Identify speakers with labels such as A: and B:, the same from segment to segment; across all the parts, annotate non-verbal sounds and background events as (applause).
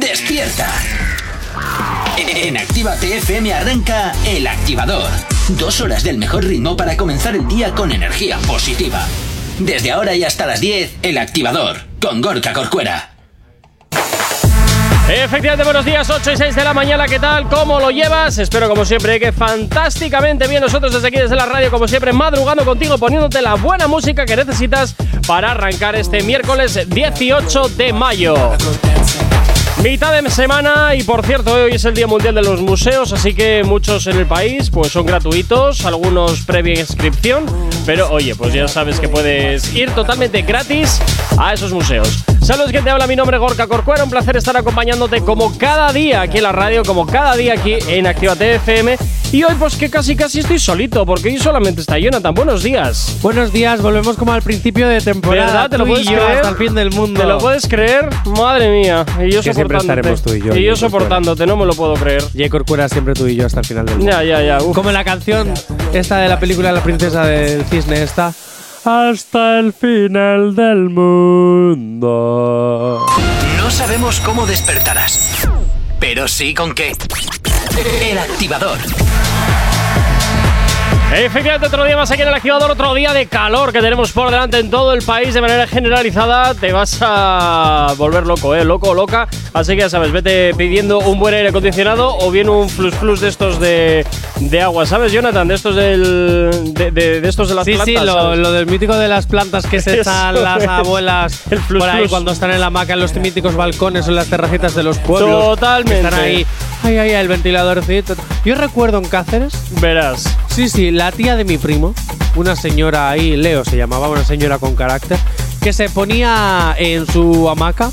A: despierta. En Actívate FM arranca El Activador. Dos horas del mejor ritmo para comenzar el día con energía positiva. Desde ahora y hasta las 10, El Activador, con Gorka Corcuera.
B: Efectivamente, buenos días, 8 y 6 de la mañana, ¿qué tal? ¿Cómo lo llevas? Espero, como siempre, que fantásticamente bien nosotros desde aquí, desde la radio, como siempre, madrugando contigo, poniéndote la buena música que necesitas para arrancar este miércoles 18 de mayo. Mitad de semana y por cierto hoy es el Día Mundial de los Museos, así que muchos en el país pues son gratuitos, algunos previa inscripción, pero oye, pues ya sabes que puedes ir totalmente gratis a esos museos. Saludos que te habla, mi nombre es Gorka Corcuera, un placer estar acompañándote como cada día aquí en la radio, como cada día aquí en Activate FM. Y hoy pues que casi casi estoy solito, porque hoy solamente está Jonathan. Buenos días.
C: Buenos días, volvemos como al principio de temporada.
B: ¿Verdad? ¿Te lo
C: tú y
B: puedes
C: yo
B: creer?
C: Hasta el fin del mundo.
B: ¿Te lo puedes creer? Madre mía. Y yo
C: Que siempre
B: soportándote.
C: estaremos tú y
B: Y
C: yo,
B: yo
C: Gorka Corcuera.
B: soportándote, no me lo puedo creer.
C: J. Corcuera siempre tú y yo hasta el final del mundo.
B: Ya, ya, ya. uf.
C: Como en la canción esta de la película La princesa del cisne esta. Hasta el final del mundo.
A: No sabemos cómo despertarás, pero sí con qué. El activador.
B: Efectivamente, otro día más aquí en el activador, otro día de calor que tenemos por delante en todo el país de manera generalizada. Te vas a volver loco, ¿eh? Loco o loca. Así que ya sabes, vete pidiendo un buen aire acondicionado o bien un flus flus de estos de, de agua, ¿sabes, Jonathan? De estos del, de, de- de estos de las
C: Sí,
B: plantas.
C: sí, lo,
B: ¿sabes?
C: lo del mítico de las plantas que se
B: Eso
C: echan
B: (laughs)
C: las
B: es.
C: abuelas
B: El flus
C: por ahí
B: flus.
C: cuando están en la hamaca, en los míticos balcones o en las terracitas de los pueblos.
B: Totalmente.
C: Están ahí, ay, ay, ay, el ventiladorcito. Yo recuerdo en Cáceres
B: Verás.
C: Sí, sí, la tía de mi primo, una señora ahí, Leo se llamaba, una señora con carácter, que se ponía en su hamaca,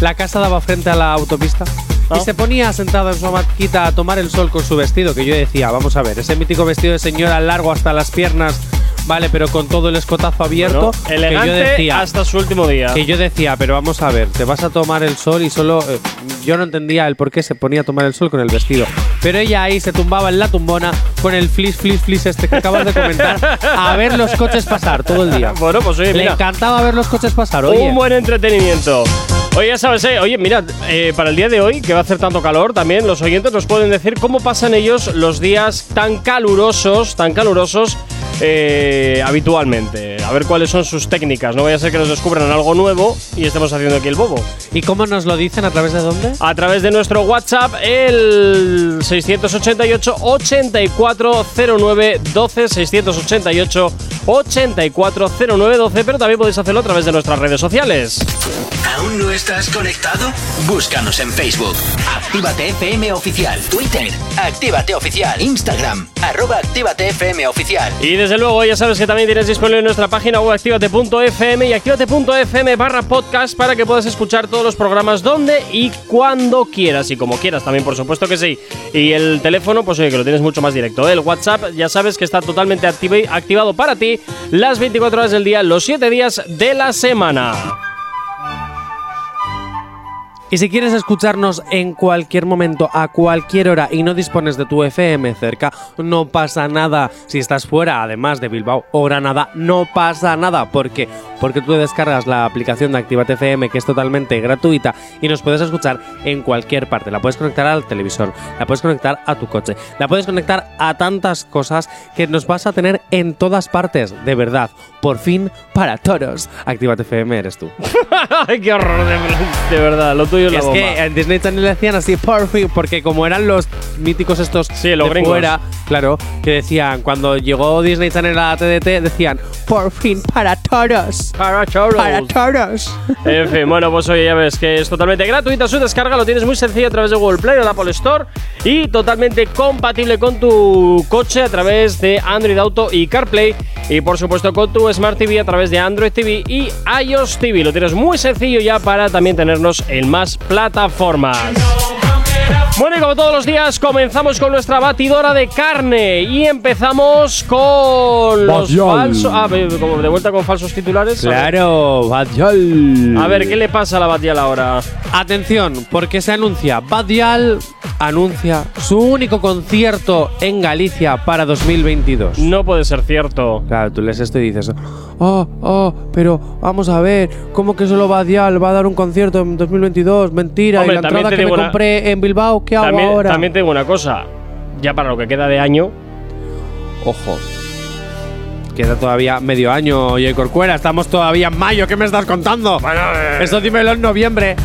C: la casa daba frente a la autopista,
B: Ah.
C: y se ponía sentada en su hamaquita a tomar el sol con su vestido, que yo decía, vamos a ver, ese mítico vestido de señora largo hasta las piernas, vale, pero con todo el escotazo abierto,
B: Bueno, elegante
C: que yo decía,
B: hasta su último día.
C: que yo decía, pero vamos a ver, te vas a tomar el sol y solo. eh, yo no entendía el por qué se ponía a tomar el sol con el vestido. Pero ella ahí se tumbaba en la tumbona con el flis, flis, flis este que acabas de comentar, a ver los coches pasar todo el día.
B: Bueno, (laughs) pues oye,
C: Le
B: mira.
C: encantaba ver los coches pasar, oye.
B: Un buen entretenimiento. Oye, ya sabes, eh, oye, mira, eh, para el día de hoy, que va a hacer tanto calor, también los oyentes nos pueden decir cómo pasan ellos los días tan calurosos, tan calurosos eh, habitualmente. A ver cuáles son sus técnicas. No vaya a ser que nos descubran algo nuevo y estemos haciendo aquí el bobo.
C: ¿Y cómo nos lo dicen? ¿A través de dónde?
B: A través de nuestro WhatsApp, el 688 8409 12 688 8409 12, pero también podéis hacerlo a través de nuestras redes sociales.
A: ¿Aún no estás conectado? Búscanos en Facebook. Actívate FM Oficial. Twitter. Actívate Oficial. Instagram. Arroba Actívate FM Oficial.
B: Y desde luego, ya sabes que también tienes disponible en nuestra página web activate.fm y activate.fm barra podcast para que puedas escuchar todos los programas donde y cuando quieras y como quieras también, por supuesto que sí. Y el teléfono, pues oye, que lo tienes mucho más directo. ¿eh? El WhatsApp, ya sabes que está totalmente activa- activado para ti las 24 horas del día, los 7 días de la semana. (laughs)
C: Y si quieres escucharnos en cualquier momento, a cualquier hora y no dispones de tu FM cerca, no pasa nada. Si estás fuera, además de Bilbao o Granada, no pasa nada. ¿Por qué? Porque tú descargas la aplicación de Actívate FM, que es totalmente gratuita, y nos puedes escuchar en cualquier parte. La puedes conectar al televisor, la puedes conectar a tu coche, la puedes conectar a tantas cosas que nos vas a tener en todas partes, de verdad. Por fin, para toros. Actívate FM eres tú.
B: ¡Ay, qué horror! De, de verdad, lo tuyo es
C: Que
B: la
C: eh, es
B: bomba.
C: que en Disney Channel le hacían así, por fin, porque como eran los míticos estos
B: Sí, los
C: de
B: gringos.
C: fuera, claro, que decían, cuando llegó Disney Channel a la TDT, decían, por fin, para toros,
B: Para choros.
C: para toros.
B: En fin, bueno, pues oye, ya ves que es totalmente gratuita su descarga, lo tienes muy sencillo a través de Google Play o la Apple Store y totalmente compatible con tu coche a través de Android Auto y CarPlay y por supuesto con tu Smart TV a través de Android TV y iOS TV. Lo tienes muy sencillo ya para también tenernos en más plataformas. Bueno, y como todos los días, comenzamos con nuestra batidora de carne y empezamos con los
C: Batial.
B: falsos. Ah, como de vuelta con falsos titulares. A ver.
C: Claro, Bad Yol.
B: A ver, ¿qué le pasa a la Batial ahora?
C: Atención, porque se anuncia, Badial anuncia su único concierto en Galicia para 2022.
B: No puede ser cierto.
C: Claro, tú lees esto y dices, oh, oh, pero vamos a ver, ¿cómo que solo Badial va a dar un concierto en 2022? Mentira,
B: Hombre,
C: y la
B: también
C: entrada
B: te
C: que me
B: digo una-
C: compré en Bilbao, ¿qué hago
B: También,
C: ahora?
B: también te digo una cosa. Ya para lo que queda de año,
C: Ojo. Queda todavía medio año, y Corcuera. Estamos todavía en mayo. ¿Qué me estás contando?
B: eh.
C: Eso dímelo en noviembre.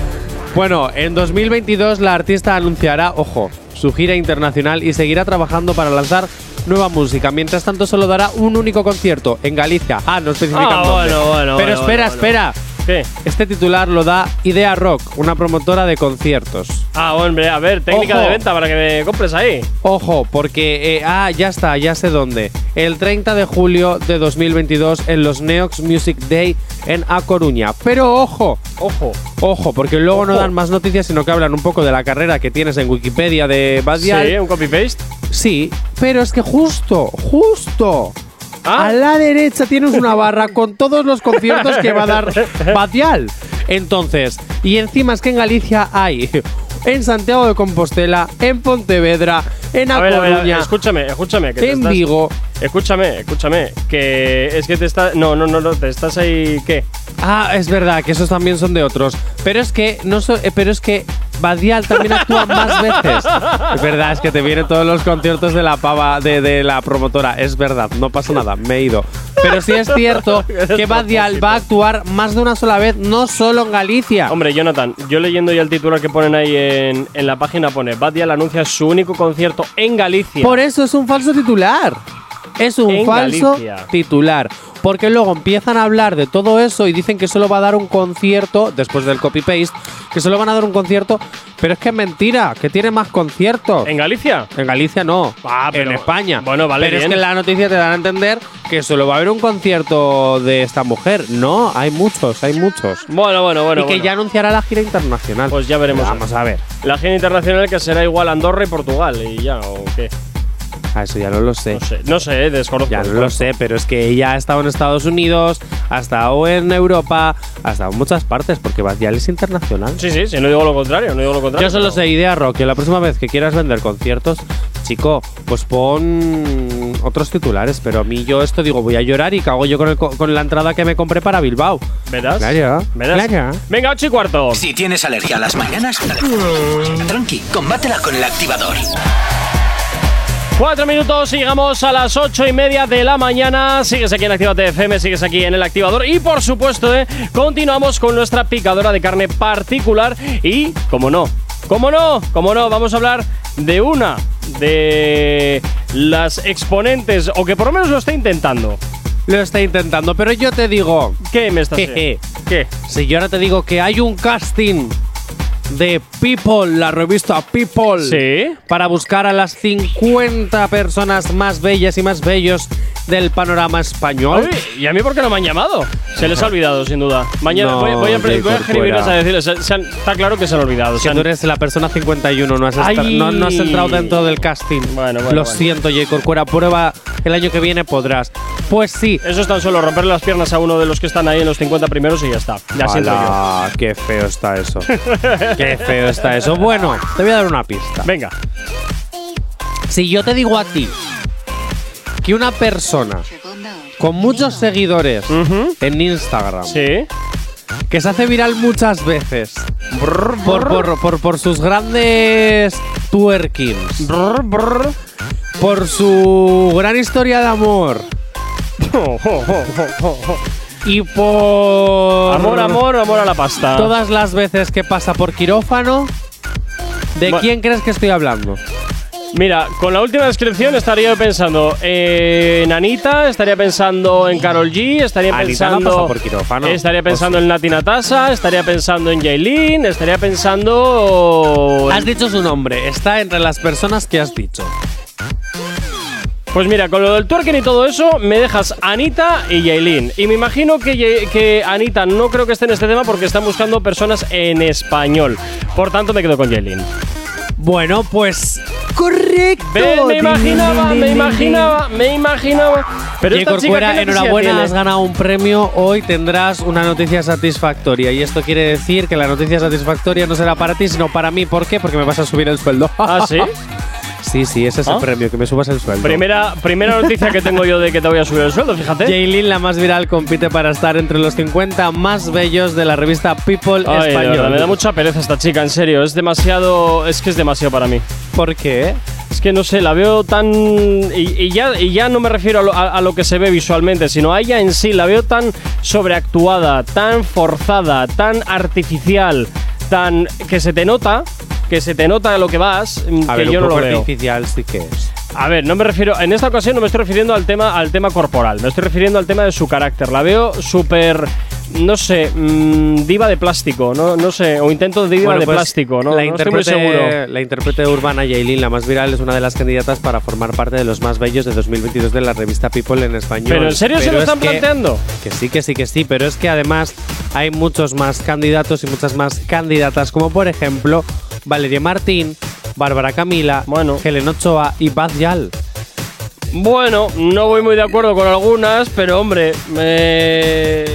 C: Bueno, en 2022 la artista anunciará, ojo, su gira internacional y seguirá trabajando para lanzar nueva música. Mientras tanto, solo dará un único concierto en Galicia. Ah, no especifican
B: Ah,
C: dónde.
B: bueno, bueno,
C: Pero
B: bueno,
C: espera,
B: bueno, bueno.
C: espera.
B: ¿qué?
C: Este titular lo da Idea Rock, una promotora de conciertos.
B: Ah, hombre, a ver, técnica
C: Ojo.
B: de venta para que me compres ahí.
C: Ojo, porque. eh, ah, ya está, ya sé dónde. El 30 de julio de 2022 en los Neox Music Day en A Coruña. Pero ojo,
B: Ojo.
C: ojo, porque luego no
B: Ojo.
C: dan más noticias, sino que hablan un poco de la carrera que tienes en Wikipedia de
B: Sí,
C: Badial.
B: un copy-paste.
C: Sí, pero es que justo, justo.
B: Ah.
C: A la derecha tienes una barra con todos los conciertos que va
B: (laughs)
C: a dar Badial. Entonces, y encima es que en Galicia hay en Santiago de Compostela, en Pontevedra, en A,
B: A ver, a ver, a ver,
C: Coruña,
B: escúchame, escúchame. Que te
C: en
B: estás-
C: Vigo.
B: Escúchame, escúchame. Que es que te está. No, no, no, no, te estás ahí. ¿Qué?
C: Ah, es verdad que esos también son de otros. Pero es que no so- eh, pero es que Badial también actúa más veces. Es verdad, es que te vienen todos los conciertos de la pava de, de la promotora. Es verdad, no pasa nada, me he ido. Pero sí es cierto que Badial va a actuar más de una sola vez, no solo en Galicia.
B: Hombre, Jonathan, yo leyendo ya el titular que ponen ahí en, en la página pone Badial anuncia su único concierto en Galicia.
C: Por eso es un falso titular. Es un
B: En
C: falso
B: Galicia.
C: titular. Porque luego empiezan a hablar de todo eso y dicen que solo va a dar un concierto, después del copy-paste, que solo van a dar un concierto. Pero es que es mentira, que tiene más conciertos.
B: ¿En Galicia?
C: En Galicia no,
B: Ah, pero-
C: en España.
B: bueno, vale,
C: Pero
B: bien.
C: es que en la noticia te dan a entender que solo va a haber un concierto de esta mujer. No, hay muchos, hay muchos.
B: Bueno, bueno, bueno.
C: y que
B: bueno.
C: ya anunciará la gira internacional.
B: Pues ya veremos.
C: Vamos a ver.
B: La gira internacional que será igual Andorra y Portugal y ya, ¿o qué?
C: A Ah, eso ya no lo sé.
B: No sé, no sé, eh, desconozco.
C: Ya no lo sé, pero es que ella ha estado en Estados Unidos, ha estado en Europa, ha estado en muchas partes, porque Badial es internacional.
B: Sí, sí, sí, no digo lo contrario, no digo lo contrario.
C: Yo solo
B: pero-
C: sé, idea Rock, que la próxima vez que quieras vender conciertos, chico, pues pon otros titulares, pero a mí yo esto digo, voy a llorar y cago yo con, el co- con la entrada que me compré para Bilbao.
B: ¿Verás?
C: Claro,
B: ¿Verás?
C: claro.
B: Venga, 8 y cuarto.
A: Si tienes alergia a las mañanas, tranqui, combátela con el activador.
B: 4 minutos y llegamos a las 8 y media de la mañana. Sigues aquí en Actívate FM, sigues aquí en el activador. Y por supuesto, eh, continuamos con nuestra picadora de carne particular. Y, como no, como no, como no, vamos a hablar de una de las exponentes, o que por lo menos lo está intentando.
C: Lo está intentando, pero yo te digo,
B: ¿Qué me estás
C: Jeje.
B: ¿Qué?
C: si yo ahora te digo que hay un casting de People, la revista People.
B: ¿Sí?
C: para buscar a las 50 personas más bellas y más bellos del panorama español.
B: Uy, ¿Y a mí por qué no me han llamado? Se les ha olvidado, sin duda. Mañana
C: No,
B: voy, voy a,
C: Jay
B: voy a escribirles
C: Corcuera.
B: a decirles. se- se han- está claro que se han olvidado. se
C: Que
B: han-
C: tú eres la persona 51, no has, estra-
B: Ay.
C: no, no has entrado dentro del casting.
B: Bueno, bueno,
C: Lo
B: bueno.
C: siento, J. Corcuera, prueba el año que viene podrás. Pues sí.
B: Eso es tan solo romper las piernas a uno de los que están ahí en los 50 primeros y ya está. Ya siento yo.
C: Ala, ¡Qué feo está (laughs) eso! ¡Qué feo está eso! Bueno, te voy a dar una pista.
B: Venga.
C: Si yo te digo a ti que una persona con muchos seguidores
B: Ujú.
C: en Instagram
B: Sí.
C: que se hace viral muchas veces por, por, por, por sus grandes twerkings,
B: Brr, brr. (laughs)
C: por su gran historia de amor
B: Oh, oh, oh, oh, oh.
C: y por
B: Amor, amor, amor a la pasta.
C: todas las veces que pasa por quirófano. ¿De
B: Bueno.
C: quién crees que estoy hablando?
B: Mira, con la última descripción estaría yo pensando eh, en Anita, estaría pensando en Carol G, estaría
C: Anita no ha
B: pensando.
C: pasado por quirófano.
B: Estaría pensando en Nati Natasa, estaría pensando en Jailin, estaría pensando. en-
C: Has dicho su nombre, está entre las personas que has dicho.
B: Pues mira, con lo del twerking y todo eso, me dejas Anita y Yailin. Y me imagino que, Ye- que Anita no creo que esté en este tema porque están buscando personas en español. Por tanto, me quedo con Yailin.
C: Bueno, pues
D: Correcto.
B: Ve, me imaginaba, me imaginaba, me imaginaba. Pero
C: Oye,
B: esta chica,
C: Corcuera,
B: ¿qué le
C: enhorabuena,
B: tiene?
C: has ganado un premio. Hoy tendrás una noticia satisfactoria. Y esto quiere decir que la noticia satisfactoria no será para ti, sino para mí. ¿Por qué? Porque me vas a subir el sueldo.
B: ¿Ah, sí?
C: (laughs) Sí, sí, ese es
B: ¿Ah?
C: el premio, que me subas el sueldo.
B: primera, primera noticia que tengo yo de que te voy a subir el sueldo, fíjate.
C: Jaylin, la más viral, compite para estar entre los 50 más bellos de la revista People
B: Ay, de
C: Español.
B: verdad, me da mucha pereza esta chica, en serio. Es demasiado. Es que es demasiado para mí.
C: ¿Por qué?
B: Es que no sé, la veo tan. Y, y ya, y ya no me refiero a lo, a- a lo que se ve visualmente, sino a ella en sí. La veo tan sobreactuada, tan forzada, tan artificial, tan. que se te nota, que se te nota lo que vas, mm,
C: A
B: que
C: ver,
B: yo
C: un
B: no
C: poco
B: lo veo.
C: artificial sí que es.
B: A ver, no me refiero. En esta ocasión no me estoy refiriendo al tema, al tema corporal, me estoy refiriendo al tema de su carácter. La veo súper. No sé, mm, diva de plástico, no, no sé, o intento de diva
C: Bueno,
B: de
C: pues,
B: plástico, no,
C: la
B: no estoy muy seguro.
C: intérprete- La intérprete urbana Yailin, la más viral, es una de las candidatas para formar parte de los más bellos de 2022 de la revista People en español.
B: Pero en serio se lo
C: es
B: están
C: que-
B: planteando.
C: Que sí, que sí, que sí, pero es que además hay muchos más candidatos y muchas más candidatas, como por ejemplo Valeria Martín, Bárbara Camila,
B: Bueno.
C: Helen Ochoa y Paz Yal.
B: Bueno, no voy muy de acuerdo con algunas, pero hombre, me.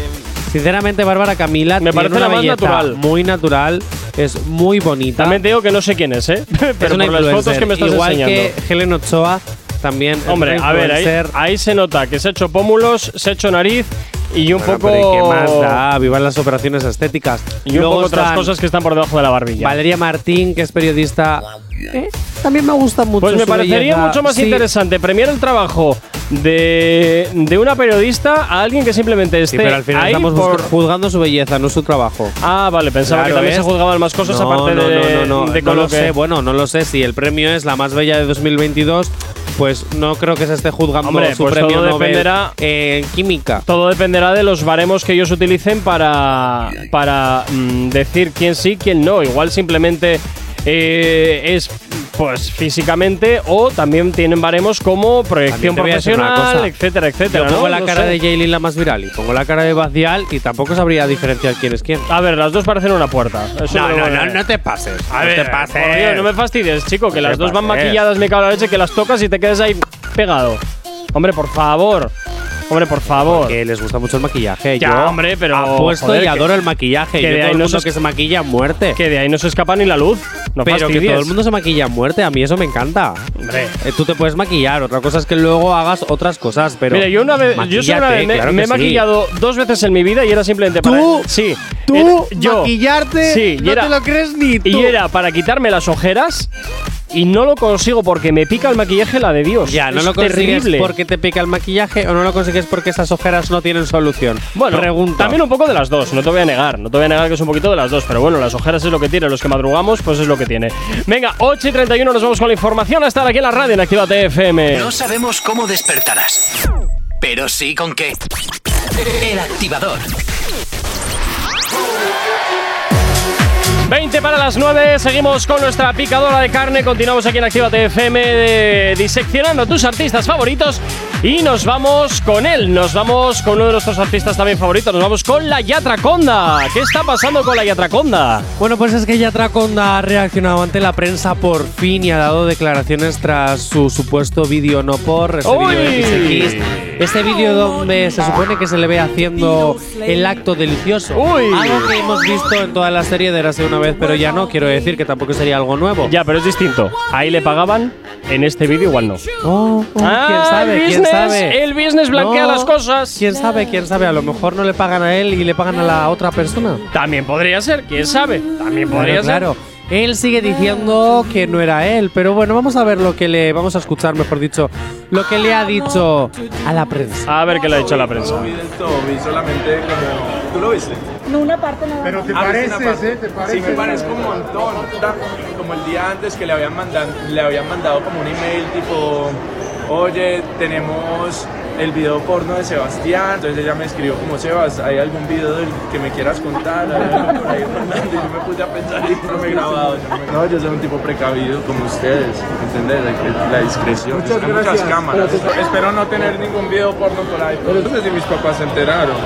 C: Sinceramente, Bárbara Camila
B: Me
C: tiene
B: parece
C: una
B: la más
C: belleza
B: natural.
C: muy natural, es muy bonita.
B: También te digo que no sé quién es, ¿eh? (laughs) Pero
C: es
B: por
C: una
B: las fotos
C: influencer.
B: que me estás
C: Igual
B: enseñando.
C: que Helen Ochoa también. es
B: Hombre,
C: una
B: a ver, ahí,
C: influencer.
B: ahí se nota que se ha hecho pómulos, se ha hecho nariz y un
C: Bueno,
B: poco.
C: pero ¿y ¿Qué más da? Vivan las operaciones estéticas.
B: Y un
C: Luego
B: poco otras
C: están
B: cosas que están por debajo de la barbilla.
C: Valeria Martín, que es periodista. Eh, También me gusta mucho.
B: Pues me
C: su
B: parecería
C: belleza.
B: mucho más
C: Sí,
B: interesante premiar el trabajo de, de una periodista a alguien que simplemente esté
C: Sí, pero al final
B: ahí
C: estamos
B: por...
C: busca- juzgando su belleza, no su trabajo.
B: Ah, vale, pensaba que
C: Claro,
B: también
C: ¿ves?
B: se juzgaban más cosas
C: No,
B: aparte
C: no,
B: de,
C: no, no, no,
B: de
C: no
B: con
C: lo
B: lo que-
C: sé. Bueno, no lo sé. Si el premio es la más bella de 2022, pues no creo que se esté juzgando
B: Hombre,
C: su
B: pues
C: premio
B: todo
C: Nobel
B: dependerá-
C: en química.
B: Todo dependerá de los baremos que ellos utilicen para, para mm, decir quién sí, quién no. Igual simplemente eh, es pues físicamente o también tienen baremos como proyección
C: También te voy a decir una
B: profesional,
C: cosa.
B: etcétera, etcétera.
C: Yo pongo
B: ¿no?
C: la
B: No
C: cara
B: sé.
C: de Jaylin la más viral y pongo la cara de Bacial y tampoco sabría diferenciar quién es quién.
B: A ver, las dos parecen una puerta. Eso lo voy a ver.
C: te pases.
B: A ver, por Dios, no me fastidies, chico, que
C: No
B: las
C: te
B: dos van
C: pases.
B: maquilladas, me cago en la leche, que las tocas y te quedes ahí pegado. Hombre, por favor. Hombre, por favor.
C: Que les gusta mucho el maquillaje.
B: Ya,
C: yo
B: hombre, pero,
C: Apuesto
B: joder,
C: y
B: que-
C: adoro el maquillaje.
B: que
C: yo
B: de
C: todo
B: ahí
C: el
B: no
C: mundo
B: se-
C: que se maquilla a muerte.
B: Que de ahí no se escapa ni la luz. No
C: pero que
B: fastidies.
C: todo el mundo se maquilla a muerte. A mí eso me encanta.
B: Hombre.
C: Eh, tú te puedes maquillar. Otra cosa es que luego hagas otras cosas. Pero.
B: Mira, yo una vez, yo solo una
C: maquíllate,
B: vez me,
C: claro
B: me he
C: que sí.
B: maquillado dos veces en mi vida y era simplemente para.
C: ¿Tú?
B: Sí.
C: Tú,
B: Era- Eh, yo.
C: maquillarte,
B: Sí, y
C: no
B: era-
C: te lo crees ni tú.
B: Y era para quitarme las ojeras y no lo consigo porque me pica el maquillaje la de Dios.
C: Ya, no
B: Es
C: lo consigues
B: terrible.
C: porque te pica el maquillaje o no lo consigues porque esas ojeras no tienen solución.
B: Bueno,
C: pregunta.
B: también un poco de las dos, no te voy a negar, no te voy a negar que es un poquito de las dos, pero bueno, las ojeras es lo que tiene, los que madrugamos, pues es lo que tiene. Venga, 8 y 31, nos vamos con la información a estar aquí en la radio en Actívate FM.
A: No sabemos cómo despertarás, pero sí con qué. El activador.
B: 20 para las 9, seguimos con nuestra picadora de carne, continuamos aquí en Actívate FM de- eh, diseccionando tus artistas favoritos y nos vamos con él, nos vamos con uno de nuestros artistas también favoritos, nos vamos con la Yatraconda. ¿Qué está pasando con la Yatraconda?
C: Bueno, pues es que Yatraconda ha reaccionado ante la prensa por fin y ha dado declaraciones tras su supuesto vídeo no por, este vídeo
B: ¡Uy!
C: de XX. Este vídeo donde se supone que se le ve haciendo el acto delicioso.
B: ¡Uy!
C: Algo que hemos visto en toda la serie de Érase una vez, pero ya no. Quiero decir que tampoco sería algo nuevo.
B: Ya, pero es distinto, ahí le pagaban, en este vídeo igual no.
C: Oh, oh,
B: Ah,
C: ¿Quién sabe?
B: el
C: ¿Quién
B: business,
C: sabe?
B: el business blanquea las cosas.
C: ¿Quién sabe? ¿Quién sabe? A lo mejor no le pagan a él y le pagan a la otra persona.
B: También podría ser, quién sabe. También podría
C: Claro, claro. Él sigue diciendo que no era él, pero bueno, vamos a ver lo que le. Vamos a escuchar, mejor dicho, lo que le ha dicho a la prensa.
B: ser. A ver qué le ha dicho la
C: (laughs)
B: prensa.
E: solamente como. ¿Tú lo viste?
F: No, una parte nada más.
G: Pero te
E: Ah, viste
G: pareces,
E: una parte.
G: ¿eh? Te pareces.
E: Sí, me parezco un montón. da- Como el día antes que le habían, mandado, le habían mandado como un email tipo: Oye, tenemos el video porno de Sebastián. Entonces ella me escribió como: Sebas, ¿hay algún video del que me quieras contar? Hay algo por ahí rondando?" Y yo me puse a pensar y no me he grabado. Yo no me- No, yo soy un tipo precavido como ustedes. ¿Entendés? La, la discreción.
G: Muchas
E: Hay muchas
G: gracias.
E: cámaras. Espero no tener ningún video porno por ahí. Pero no sé si mis papás se enteraron.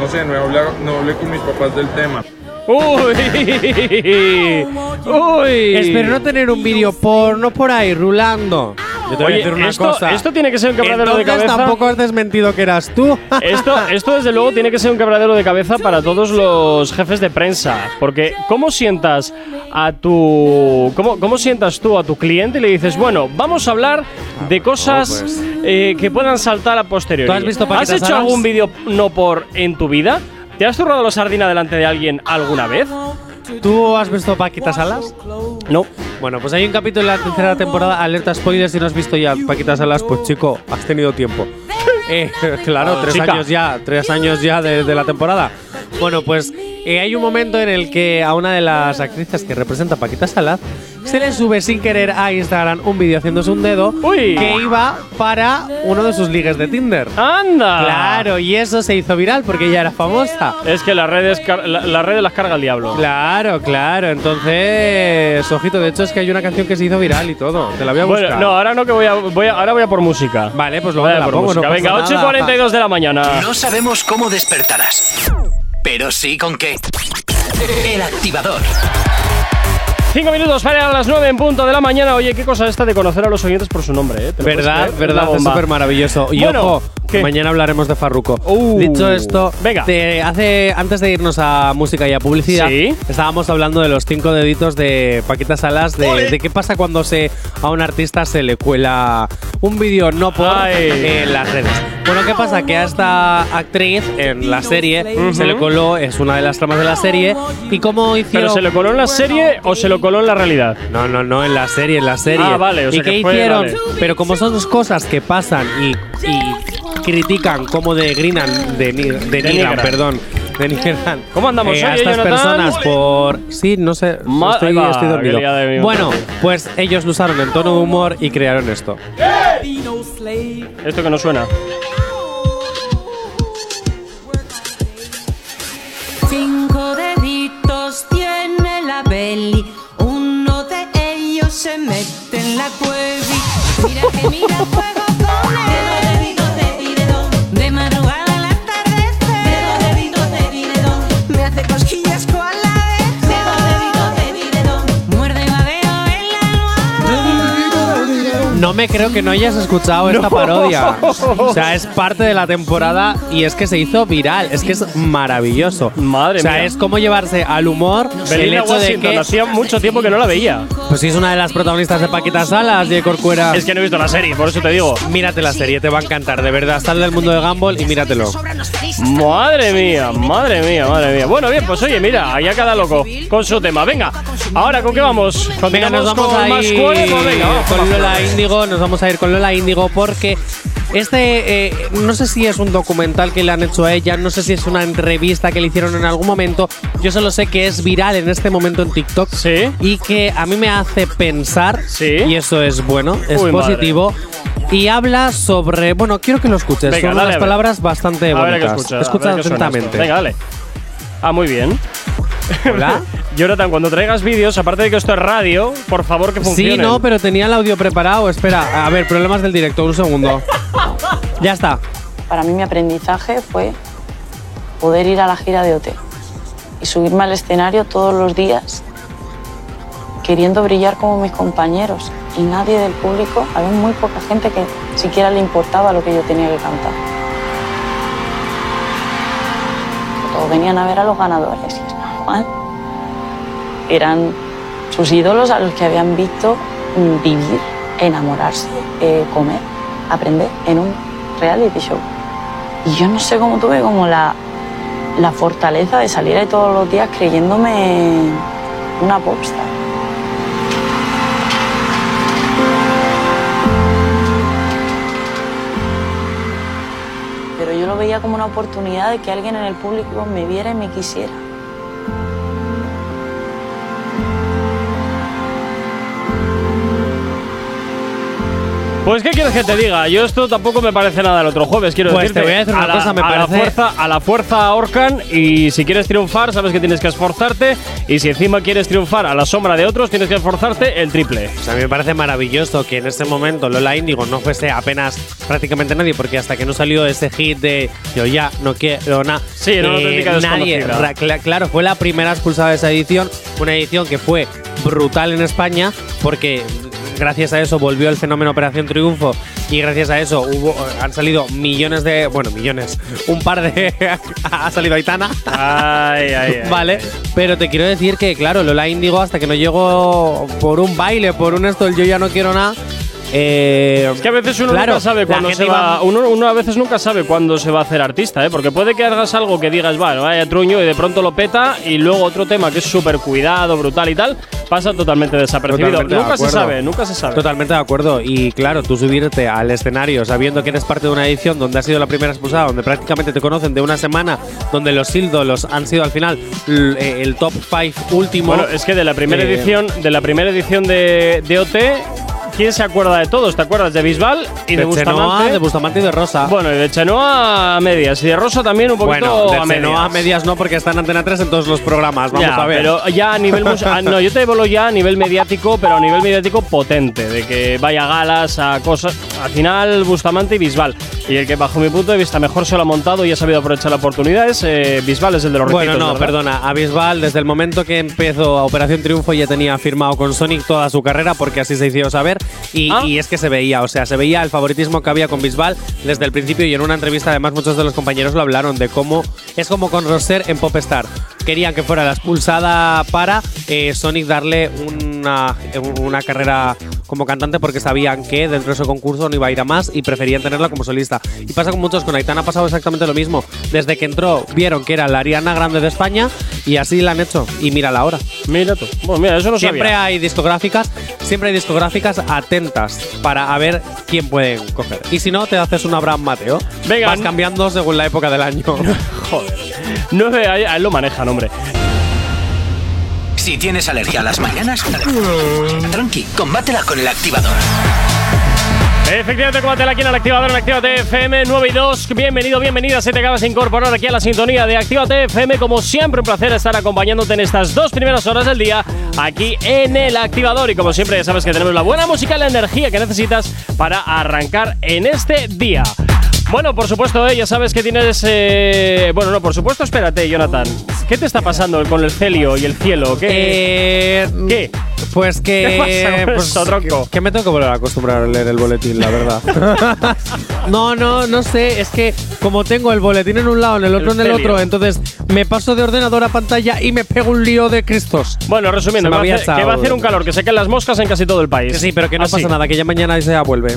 E: No sé, no hablé, no hablé con mis papás del tema.
B: ¡Uy! ¡Uy!
C: Espero no tener un vídeo porno por ahí rulando. Yo te voy
B: Oye,
C: a decir una
B: esto,
C: cosa.
B: esto tiene que ser un quebradero de
C: Entonces
B: cabeza. Eh.
C: tampoco has desmentido que eras tú.
B: Esto, esto, desde luego, tiene que ser un quebradero de cabeza para todos los jefes de prensa. Porque, ¿cómo sientas a tu. ¿Cómo, cómo sientas tú a tu cliente y le dices, bueno, vamos a hablar de cosas
C: pues.
B: eh, que puedan saltar a posteriori?
C: ¿Tú has visto Paquita
B: hecho
C: Salas?
B: algún vídeo no por en tu vida? ¿Te has zurrado la sardina delante de alguien alguna vez?
C: ¿Tú has visto Paquita Salas?
B: No.
C: Bueno, pues hay un capítulo en la tercera temporada, alerta spoilers, si no has visto ya Paquita Salas, pues chico, has tenido tiempo. Eh, (laughs) claro,
B: Ah,
C: tres
B: chica.
C: años ya, tres años ya de, de la temporada. Bueno, pues eh, hay un momento en el que a una de las actrices que representa Paquita Salas se le sube sin querer a Instagram un vídeo haciéndose un dedo
B: Uy.
C: que iba para uno de sus ligues de Tinder.
B: ¡Anda!
C: Claro, y eso se hizo viral porque ella era famosa.
B: Es que las redes, car- la, las redes las carga el diablo.
C: Claro, claro. Entonces, ojito, de hecho es que hay una canción que se hizo viral y todo. Te la voy a buscar.
B: Bueno, no, ahora no que voy a, voy a- ahora voy a por música.
C: Vale, pues luego
B: Voy
C: te
B: a
C: la
B: por
C: pongo,
B: música.
C: no pasa
B: Venga,
C: nada.
B: 8 y 42 de la mañana.
A: No sabemos cómo despertarás, pero sí con qué. El activador.
B: 5 minutos para las 9 en punto de la mañana. Oye, qué cosa esta de conocer a los oyentes por su nombre, ¿eh? ¿Te lo
C: Verdad,
B: puedes creer? Es
C: verdad,
B: la
C: es
B: bomba.
C: súper maravilloso. Y
B: Bueno,
C: ojo,
B: ¿qué?
C: mañana hablaremos de Farruko.
B: Uh,
C: Dicho esto,
B: venga.
C: te hace, antes de irnos a música y a publicidad,
B: Sí.
C: estábamos hablando de los cinco deditos de Paquita Salas, de, de qué pasa cuando se a un artista se le cuela un vídeo no por
B: Ay.
C: en las redes. Bueno, ¿qué pasa? Que a esta actriz en la serie se le coló, es una de las tramas de la serie, y cómo hicieron...
B: ¿Pero se lo coló en la serie o se lo coló en la realidad?
C: No, no, no, en la serie, en la serie.
B: Ah, vale, o sea
C: ¿Y
B: que
C: qué
B: fue-
C: hicieron?
B: vale.
C: Pero como son dos cosas que pasan y, y critican como de Grinan, de, ni- de
B: Denigran.
C: Nigran, perdón. De Nigran.
B: ¿Cómo andamos
C: eh,
B: hoy,
C: a
B: eh,
C: estas
B: Jonathan?
C: personas por. Sí, no sé.
B: Ma-
C: estoy,
B: ahí va,
C: estoy dormido.
B: qué liada de mí.
C: Bueno, pues ellos lo usaron en tono de humor y crearon esto.
B: Esto que no suena.
D: Cinco deditos tiene la belly, uno de ellos se mete en la cuevi. Mira que mira fuego con él. De dos deditos te diré dos. De madrugada al atardecer. De dos deditos te diré dos. Me hace cosquillas con la vez. De dos deditos te diré dos. Muerde babeo en la almohada.
C: No me creo que no hayas escuchado
B: (laughs)
C: esta parodia. O sea, es parte de la temporada y es que se hizo viral. Es que es maravilloso.
B: Madre
C: O sea,
B: mía.
C: es como llevarse al humor el
B: Belinda
C: hecho de
B: Washington,
C: que.
B: hacía mucho tiempo que no la veía.
C: Pues sí, es una de las protagonistas de Paquita Salas, de Corcuera.
B: Es que no he visto la serie, por eso te digo.
C: Mírate la serie, te va a encantar, de verdad. Sal del mundo de Gumball y míratelo.
B: Madre mía, madre mía, madre mía. Bueno, bien, pues oye, mira, allá cada loco con su tema. Venga, ahora, ¿con qué vamos?
C: Venga, nos
B: Continuamos
C: vamos
B: con
C: a
B: más
C: ir
B: cuerpo. Venga, vamos.
C: con Lola Índigo, nos vamos a ir con Lola Índigo porque este, eh, no sé si es un documental que le han hecho a ella, no sé si es una entrevista que le hicieron en algún momento, yo solo sé que es viral en este momento en TikTok
B: Sí.
C: y que a mí me hace pensar,
B: Sí.
C: y eso es bueno, es
B: Uy, madre.
C: positivo. Y habla sobre. Bueno, quiero que lo escuches.
B: Venga,
C: Son
B: dale,
C: unas
B: a ver.
C: palabras bastante
B: A ver, hay que
C: bonitas.
B: escuchar, a
C: Escucha
B: ver qué suena
C: atentamente.
B: esto. Venga, dale. Ah, muy bien. (laughs)
C: Hola.
B: Jonathan, cuando traigas vídeos, aparte de que esto es radio, por favor que funcione.
C: Sí, no, pero tenía el audio preparado. Espera, a ver, problemas del director,
B: (laughs)
C: un segundo. ya está.
F: Para mí mi aprendizaje fue poder ir a la gira de OT y subirme al escenario todos los días queriendo brillar como mis compañeros y nadie del público, había muy poca gente que siquiera le importaba lo que yo tenía que cantar. Todos venían a ver a los ganadores y es normal. Eran sus ídolos a los que habían visto mm, vivir, enamorarse, eh, comer, aprender en un reality show. Y yo no sé cómo tuve como la, la fortaleza de salir ahí todos los días creyéndome una popstar. Pero yo lo veía como una oportunidad de que alguien en el público me viera y me quisiera.
B: Pues, ¿qué quieres que te diga? Yo esto tampoco me parece nada el otro jueves, quiero
C: Pues
B: decirte.
C: te voy a decir una
B: la-
C: cosa, me
B: a la
C: parece-
B: fuerza, a la fuerza ahorcan y si quieres triunfar, sabes que tienes que esforzarte y si encima quieres triunfar a la sombra de otros, tienes que esforzarte el
C: (laughs)
B: triple.
C: Pues a mí me parece maravilloso que en este momento Lola Índigo no fuese apenas prácticamente nadie, porque hasta que no salió ese hit de Yo ya no quiero nada.
B: Sí, era una auténtica
C: nadie.
B: desconocida.
C: ra- cla- claro, fue la primera expulsada de esa edición, una edición que fue brutal en España, porque gracias a eso volvió el fenómeno Operación Triunfo y gracias a eso hubo, han salido millones de. Bueno, millones. Un par de. (laughs) ha salido Aitana.
B: Ay, ay, ay.
C: Vale, pero te quiero decir que, claro, Lola Índigo, hasta que no llegó por un baile, por un esto, el yo ya no quiero nada. eh,
B: Es que a veces uno
C: claro,
B: nunca sabe
C: la
B: cuándo
C: gente
B: se
C: iba-
B: va. Uno, uno a veces nunca sabe cuándo se va a hacer artista, ¿eh? Porque puede que hagas algo que digas, vale, vaya truño, y de pronto lo peta, y luego otro tema que es súper cuidado, brutal y tal, pasa totalmente desapercibido.
C: Totalmente de
B: nunca se
C: acuerdo.
B: sabe, nunca se sabe.
C: Totalmente de acuerdo. Y claro, tú subirte al escenario sabiendo que eres parte de una edición donde has sido la primera expulsada, donde prácticamente te conocen de una semana, donde los síldolos han sido al final l- eh, el top 5 último.
B: Bueno, es que de la primera
C: Eh,
B: edición, de la primera edición de, de OT, ¿quién se acuerda de todos? ¿Te acuerdas de Bisbal y de,
C: de
B: Bustamante?
C: Chenoa, de Bustamante y de Rosa.
B: bueno, y de Chenoa a medias. Y de Rosa también un poquito
C: de
B: a
C: Chenoa a
B: medias.
C: medias no, porque está en Antena 3 en todos los programas. Vamos
B: ya,
C: a ver.
B: Pero ya a nivel mus- ah, no, yo te hablo ya a nivel mediático, pero a nivel mediático potente, de que vaya a galas a cosas. Al final Bustamante y Bisbal. Y el que bajo mi punto de vista mejor se lo ha montado y ha sabido aprovechar la oportunidad es eh, Bisbal, es el de los
C: Bueno,
B: repitos,
C: no,
B: ¿verdad?
C: perdona. A Bisbal, desde el momento que empezó a Operación Triunfo, ya tenía firmado con Sonic toda su carrera, porque así se hicieron saber. Y,
B: Ah.
C: y es que se veía, o sea, se veía el favoritismo que había con Bisbal desde el principio. Y en una entrevista, además, muchos de los compañeros lo hablaron de cómo es como con Roser en Popstar. Querían que fuera la expulsada para eh, Sonic darle una, una carrera como cantante porque sabían que dentro de ese concurso no iba a ir a más y preferían tenerla como solista. Y pasa con muchos, con Aitana ha pasado exactamente lo mismo. Desde que entró vieron que era la Ariana Grande de España y así la han hecho. Y mira la hora.
B: Mira tú. Bueno, mira, eso no
C: siempre
B: sabía.
C: hay discográficas, siempre hay discográficas atentas para a ver quién pueden coger. Y si no, te haces un Abraham Mateo.
B: Venga,
C: Vas
B: n-
C: cambiando según la época del año.
B: (laughs) Joder. No, eh, a él- a él lo manejan, hombre.
A: Si tienes alergia a las mañanas, tranqui, combátela con el activador.
B: Efectivamente, combátela aquí en el activador en Actívate FM 9 y 2. Bienvenido, bienvenida. Si te acabas de incorporar aquí a la sintonía de Actívate FM, como siempre, un placer estar acompañándote en estas dos primeras horas del día aquí en el activador. Y como siempre, ya sabes que tenemos la buena música, la energía que necesitas para arrancar en este día. Bueno, por supuesto, eh, ya sabes que tienes. eh, bueno, no, por supuesto, espérate, Jonathan. ¿Qué te está pasando con el celio y el cielo? ¿Qué?
C: Eh,
B: ¿Qué?
C: Pues
B: ¿Qué pasa
C: que.
B: con (laughs) esto, tronco?
C: que me tengo que volver a acostumbrar a leer el boletín,
B: (laughs)
C: la verdad. no, no, no sé. Es que como tengo el boletín en un lado, en el otro
B: El
C: en el
B: celio.
C: otro, entonces me paso de ordenador a pantalla y me pego un lío de cristos.
B: Bueno, resumiendo, que
C: Se me
B: va, a
C: había
B: hacer, que va a hacer
C: estado-
B: un calor, que se caen las moscas en casi todo el país.
C: Que sí, pero que no
B: Así.
C: pasa nada, que ya mañana se
B: (laughs)
C: vuelve.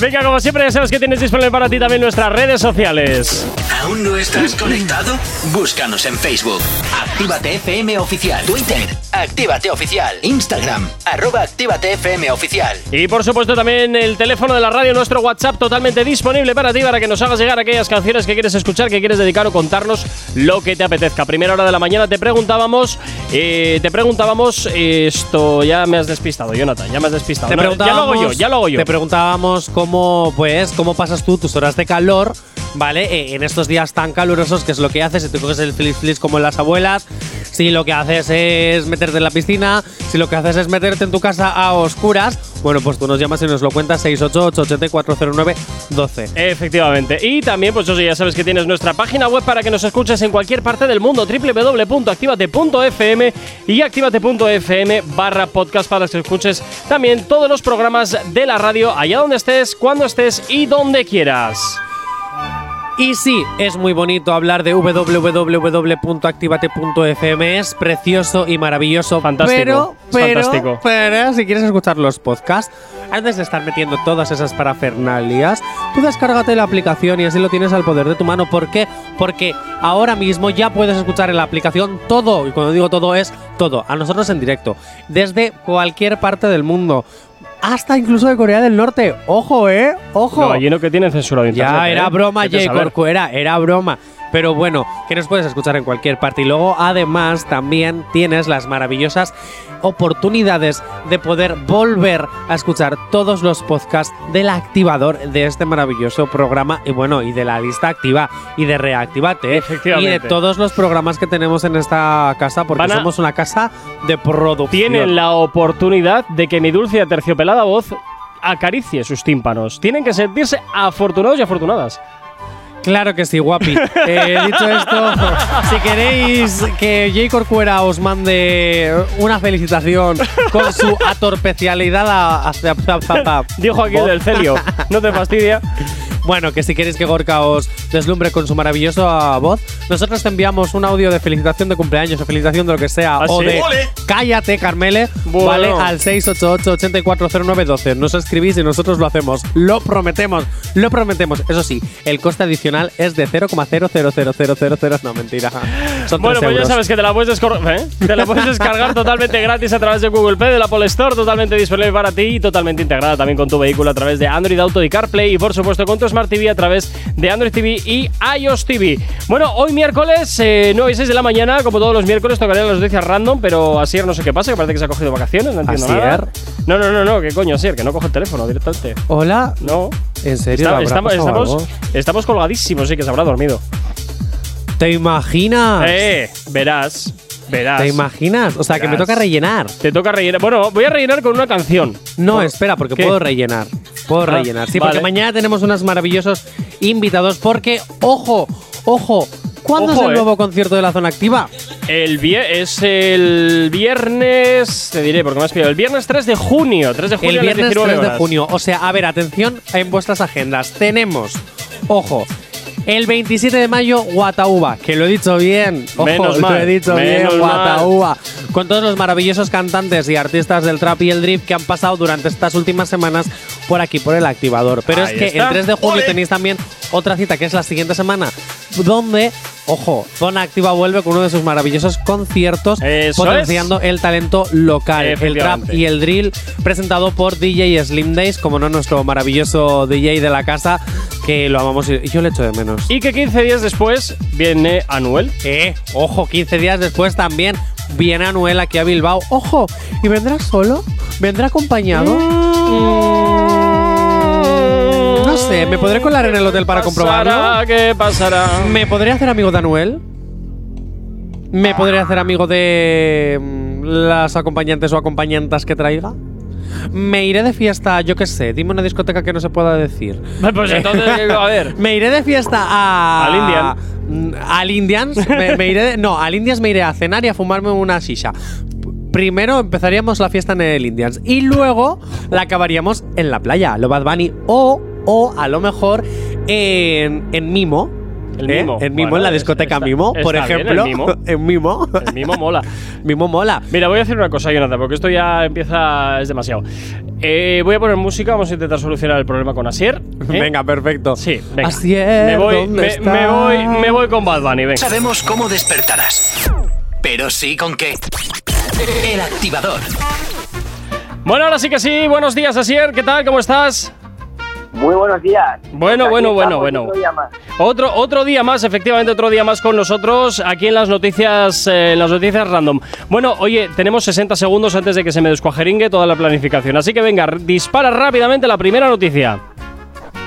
B: Venga, como siempre, ya sabes que tienes disponible para ti también nuestras redes sociales.
A: ¿Aún no estás conectado? Búscanos en Facebook. Actívate FM Oficial. Twitter. Actívate Oficial. Instagram. Arroba Actívate FM Oficial.
B: Y por supuesto, también el teléfono de la radio, nuestro WhatsApp, totalmente disponible para ti, para que nos hagas llegar aquellas canciones que quieres escuchar, que quieres dedicar o contarnos lo que te apetezca. Primera hora de la mañana te preguntábamos, eh, te preguntábamos, eh, esto ya me has despistado, Jonathan, ya me has despistado. No, ya lo hago yo, ya lo hago yo.
C: Te preguntábamos cómo, pues, cómo pasas tú tus horas de calor, ¿vale? Eh, en estos días tan calurosos, ¿qué es lo que haces? Si te coges el flis flis como las abuelas, si lo que haces es meterte en la piscina, si lo que haces es meterte en tu casa a oscuras, bueno, pues tú nos llamas y nos lo cuentas 688-8409-12.
B: Efectivamente. Y también, pues eso sí, ya sabes que tienes nuestra página web para que nos escuches en cualquier parte del mundo, www.activate.fm y activate.fm barra podcast para que escuches también todos los programas de la radio, allá donde estés, cuando estés y donde quieras.
C: Y sí, es muy bonito hablar de www.activate.fm, es precioso y maravilloso.
B: Fantástico,
C: Pero,
B: es
C: pero,
B: fantástico.
C: pero, si quieres escuchar los podcasts, antes de estar metiendo todas esas parafernalias, tú descárgate la aplicación y así lo tienes al poder de tu mano. ¿Por qué? Porque ahora mismo ya puedes escuchar en la aplicación todo, y cuando digo todo es todo, a nosotros en directo, desde cualquier parte del mundo. Hasta incluso de Corea del Norte. Ojo, ¿eh? Ojo.
B: No, allí no que tienen censurado internet.
C: Ya,
B: ¿eh?
C: era broma,
B: Vete a
C: J.
B: saber.
C: Corcuera, era broma. Pero bueno, que nos puedes escuchar en cualquier parte. Y luego, además, también tienes las maravillosas oportunidades de poder volver a escuchar todos los podcasts del activador de este maravilloso programa. Y bueno, y de la lista activa y de Reactivate. Y de
B: Efectivamente.
C: todos los programas que tenemos en esta casa, porque
B: Van a-
C: somos una casa de producción.
B: Tienen la oportunidad de que mi dulce y aterciopelada voz acaricie sus tímpanos. Tienen que sentirse afortunados y afortunadas.
C: Claro que sí,
B: (laughs)
C: guapi. Eh, dicho esto, si queréis que J. Corcuera os mande una felicitación
B: (laughs)
C: con su atorpecialidad a, hacia- pa- pa- pa-
B: Dijo aquí
C: voz.
B: del Celio.
C: (laughs)
B: No te fastidia.
C: Bueno, que si queréis que Gorka os deslumbre con su maravillosa voz, nosotros te enviamos un audio de felicitación de cumpleaños o felicitación de lo que sea.
B: ¿Ah,
C: o
B: sí?
C: de
B: ¡Ole!
C: cállate, Carmele,
B: Bueno.
C: vale, al 688-840912. Nos escribís y nosotros lo hacemos. Lo prometemos, lo prometemos. Eso sí, el coste adicional es de 0,00000. No, mentira. Son
B: Bueno,
C: tres
B: pues ya
C: euros.
B: sabes que te la puedes, descor- (laughs) ¿eh? Te la puedes
C: (laughs)
B: descargar totalmente gratis a través de Google Play, de la Apple Store, totalmente disponible para ti y totalmente integrada también con tu vehículo a través de Android Auto y CarPlay y por supuesto con tu Smart TV a través de Android TV y iOS TV. Bueno, hoy miércoles, eh, 9 y 6 de la mañana, como todos los miércoles, tocaré las noticias random, pero Asier no sé qué pasa, que parece que se ha cogido vacaciones, no entiendo nada.
C: ¿Asier?
B: No, no, no, no, qué coño, Asier, que no cojo el teléfono directamente.
C: Hola.
B: No.
C: ¿En serio?
B: Está-
C: ¿Le habrá
B: estamos,
C: pasado
B: estamos,
C: algo?
B: estamos colgadísimos, sí, que se habrá dormido.
C: ¿Te imaginas?
B: Eh, verás, verás.
C: Ah, ¿Te imaginas? O sea, que me
B: Verás.
C: toca rellenar.
B: Te toca rellenar. Bueno, voy a rellenar con una canción.
C: No, espera, porque
B: ¿Qué?
C: puedo rellenar. Puedo
B: Ah,
C: rellenar. Sí,
B: vale.
C: porque mañana tenemos unos maravillosos invitados. Porque, ojo, ojo, ¿cuándo
B: Ojo,
C: es el
B: eh.
C: nuevo concierto de la zona activa?
B: El vie- es el viernes. Te diré porque me has pillado. El viernes 3 de junio. 3 de junio.
C: el
B: a las
C: viernes
B: 19
C: 3 de
B: horas.
C: junio. O sea, a ver, atención en vuestras agendas. Tenemos, ojo, el 27 de mayo, Guataúba. Que lo he dicho bien. Ojo,
B: Menos
C: lo
B: mal,
C: he dicho
B: menos mal.
C: bien, Guataúba. Con todos los maravillosos cantantes y artistas del trap y el drip que han pasado durante estas últimas semanas por aquí, por el activador. Pero
B: Ahí
C: es que
B: está.
C: el 3 de junio
B: Ole.
C: tenéis también otra cita, que es la siguiente semana, donde. Ojo, Zona Activa vuelve con uno de sus maravillosos conciertos,
B: Eso es.
C: potenciando el talento local, el trap
B: Efectivamente.
C: y el drill presentado por DJ Slim Days, como no nuestro maravilloso DJ de la casa, que lo amamos y y yo le echo de menos.
B: Y que 15 días después viene Anuel.
C: Eh, ojo, 15 días después también viene Anuel aquí a Bilbao. Ojo, ¿y vendrá solo? ¿Vendrá acompañado? Mm, No sé, ¿me podré colar en el hotel para comprobarlo?
B: ¿Pasará? ¿Qué pasará?
C: ¿Me podré hacer amigo de Anuel? ¿Me podré hacer amigo de mm, las acompañantes o acompañantas que traiga? ¿Me iré de fiesta, yo qué sé? Dime una discoteca que no se pueda decir.
B: Pues entonces, a ver.
C: Me iré de fiesta a.
B: Al Indian.
C: Mm, Al Indians. me, me iré de- no, al Indians me iré a cenar y a fumarme una shisha. P- Primero empezaríamos la fiesta en el Indians y luego la acabaríamos en la playa, lo Bad Bunny, o, o a lo mejor en, en Mimo.
B: El
C: ¿eh?
B: Mimo.
C: En Mimo,
B: Bueno,
C: en la discoteca
B: está-
C: Mimo, por
B: está bien, el
C: ejemplo.
B: Mimo.
C: (laughs) en Mimo.
B: El mismo mola.
C: Mimo mola.
B: Mira, voy a hacer una cosa, Jonathan, porque esto ya empieza. es demasiado. Eh, voy a poner música, vamos a intentar solucionar el problema con Asier. ¿eh?
C: (laughs) Venga, perfecto.
B: Sí, venga.
C: Así es.
B: me voy,
C: ¿dónde
B: me,
C: está?
B: me voy, me voy con Bad Bunny,
A: No
B: venga.
A: sabemos cómo despertarás, pero sí con qué. El activador.
B: Bueno, ahora sí que sí. Buenos días, Asier. ¿Qué tal? ¿Cómo estás?
G: Muy buenos días.
B: Bueno,
G: Aquí
B: bueno, bueno,
G: estamos
B: bueno.
G: otro día más.
B: Otro, otro día más, efectivamente, otro día más con nosotros aquí en las noticias, eh, en las noticias random. Bueno, oye, tenemos 60 segundos antes de que se me descuajeringue toda la planificación. Así que venga, r- dispara rápidamente la primera noticia.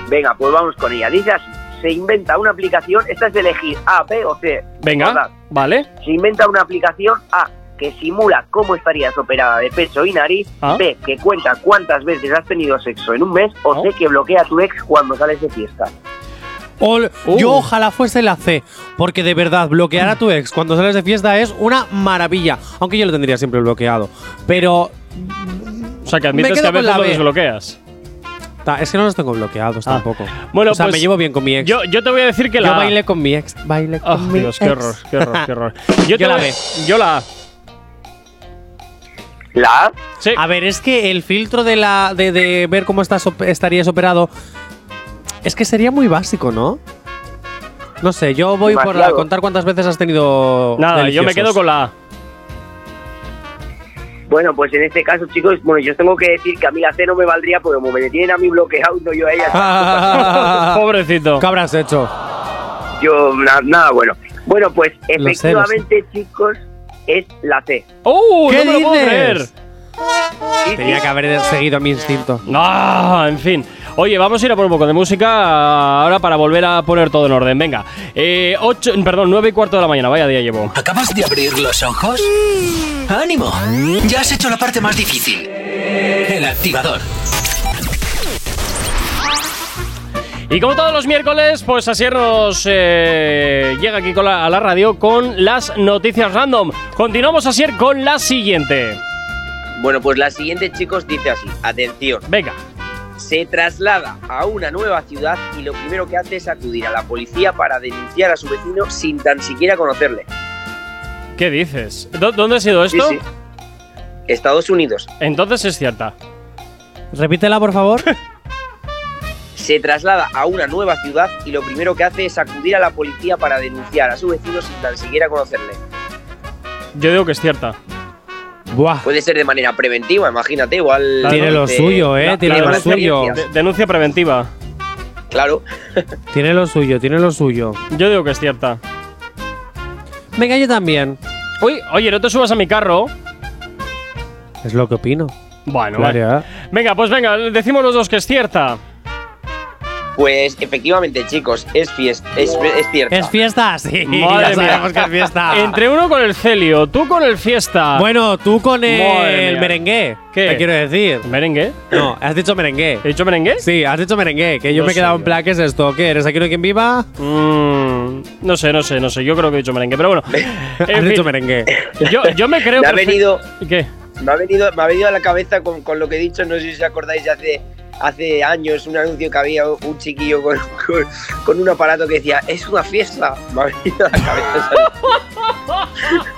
G: Venga, pues vamos con ella. Dice así, se inventa una aplicación, esta es de elegir A, B o C.
B: Venga,
G: Recordad,
B: vale.
G: Se inventa una aplicación A, que simula cómo estarías operada de pecho y nariz,
B: Ah.
G: B, que cuenta cuántas veces has tenido sexo en un mes, o
B: Ah.
G: C, que bloquea a tu ex cuando sales de fiesta.
C: Ol-
B: Uh.
C: Yo ojalá fuese la C, porque de verdad, bloquear a tu ex cuando sales de fiesta es una maravilla. Aunque yo lo tendría siempre bloqueado. Pero
B: O sea, que admites
C: quedo
B: que a
C: con
B: veces
C: la
B: lo
C: B.
B: desbloqueas.
C: ta, es que no los tengo bloqueados
B: Ah.
C: tampoco.
B: Bueno,
C: o sea,
B: pues
C: me llevo bien con mi ex.
B: Yo, yo te voy a decir que
C: Yo
B: la.
C: bailé con mi ex. Bailé
B: Ah,
C: con mi
B: Dios, qué
C: ex.
B: horror, qué horror, qué horror. Yo, te
C: la
B: voy-
C: B.
B: Yo la A.
G: La A,
B: Sí.
C: A ver, es que el filtro de la de, de ver cómo estás op- estarías operado es que sería muy básico, ¿no? No sé, yo voy por la-
G: Demasiado.
C: contar cuántas veces has tenido.
B: Nada, yo me quedo
C: deliciosos. (laughs)
B: con la A.
G: bueno, pues en este caso, chicos, bueno, yo os tengo que decir que a mí la C no me valdría porque
C: (laughs)
G: como me tienen a mí bloqueado, no yo a ella.
C: Ah,
B: Pobrecito.
C: ¿Qué habrás hecho?
G: Yo, na- nada bueno. Bueno, pues
C: Lo sé, lo sé.
G: efectivamente, chicos, es la C.
B: ¡Uh! no
C: ¿Qué
B: me lo puedo
C: dices?
B: creer.
G: Sí,
C: Tenía
G: sí.
C: que haber seguido mi instinto.
B: Ah, en fin. Oye, vamos a ir a por un poco de música ahora para volver a poner todo en orden. Venga. Eh, ocho, perdón, nueve y cuarto de la mañana. Vaya día llevo.
A: ¿Acabas de abrir los ojos? ¡Ánimo! Ya has hecho la parte más difícil. El activador.
B: Y como todos los miércoles, pues Asier nos eh, llega aquí con la- a la radio con las noticias random. Continuamos Asier con la siguiente.
G: Bueno, pues la siguiente, chicos, dice así. Atención.
B: Venga.
G: Se traslada a una nueva ciudad y lo primero que hace es acudir a la policía para denunciar a su vecino sin tan siquiera conocerle.
B: ¿Qué dices? ¿Dó- ¿Dónde ha sido esto?
G: Sí, sí. Estados Unidos.
B: Entonces es cierta.
C: Repítela, por favor.
G: Se traslada a una nueva ciudad y lo primero que hace es acudir a la policía para denunciar a su vecino sin tan siquiera conocerle.
B: (laughs) Yo digo que es cierta.
C: Buah.
B: Pues-
G: Puede ser de manera preventiva, imagínate, igual.
B: Claro.
C: Tiene lo
G: te-
C: suyo,
B: la-
C: eh. Tiene
B: la
C: lo
B: verdad-
C: suyo.
B: De- denuncia preventiva.
G: Claro.
C: Tiene lo suyo, tiene lo suyo.
B: Yo digo que es cierta.
C: Venga, yo también.
B: Uy, oye, no te subas a mi carro.
C: Es lo que opino.
B: Bueno,
C: Claro,
B: vale.
C: ¿eh?
B: Venga, pues venga, decimos los dos que es cierta.
G: Pues efectivamente, chicos, es fiesta. Es, es cierta.
C: ¿Es fiesta? Sí,
B: Madre
C: (laughs) ya
B: mía.
C: sabemos que es fiesta.
B: Entre uno con el celio, tú con el fiesta.
C: Ah. bueno, tú con
B: Madre
C: el
B: mía.
C: merengue.
B: ¿Qué? Eh.
C: Te quiero decir.
B: ¿Merengue?
C: No, has dicho merengue.
B: ¿He dicho merengue?
C: Sí, has dicho merengue, que yo
B: No
C: me he
B: sé
C: quedado
B: yo.
C: en plan, ¿qué es esto? ¿Qué eres? ¿Aquí no hay quien viva?
B: Mm, no sé, no sé, no sé. Yo creo que he dicho merengue, pero bueno. En
C: (laughs) has
B: fin,
C: dicho merengue.
B: Yo, yo
C: (laughs)
B: me creo
G: Me ha
B: perfe-
G: venido-
B: ¿Qué?
G: Me ha venido, me ha venido a la cabeza con, con lo que he dicho, no sé si os acordáis hace, hace años un anuncio que había un chiquillo con, (laughs) con, con un aparato que decía, es una fiesta. Me ha venido a la cabeza.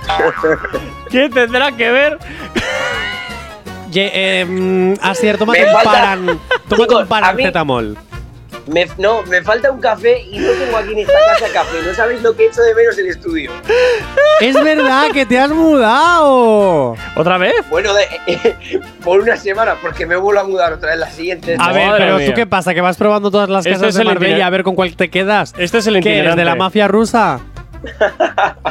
G: esa-
B: (laughs) ¿Qué tendrá que ver?
C: (laughs) Ye, eh, mm, Asier, tómate
G: Me
C: un
G: falta-
C: paran. Tómate un
G: Chicos, a mí-
C: paracetamol.
G: (laughs) Me- no, me falta un café y no tengo aquí en esta casa café. No sabéis lo que he hecho de menos el estudio.
C: Es verdad que te has mudado.
B: ¿Otra vez?
G: Bueno, de- (laughs) por una semana, porque me vuelvo a mudar otra vez la siguiente.
C: A
B: Madre
C: ver, pero
B: mía.
C: ¿tú qué pasa? ¿Que vas probando todas las
B: Este
C: casas
B: es
C: de
B: el
C: Marbella
B: itinerario.
C: a ver con cuál te quedas?
B: Este es el
C: ¿Qué
B: itinerante.
C: eres, de la mafia rusa?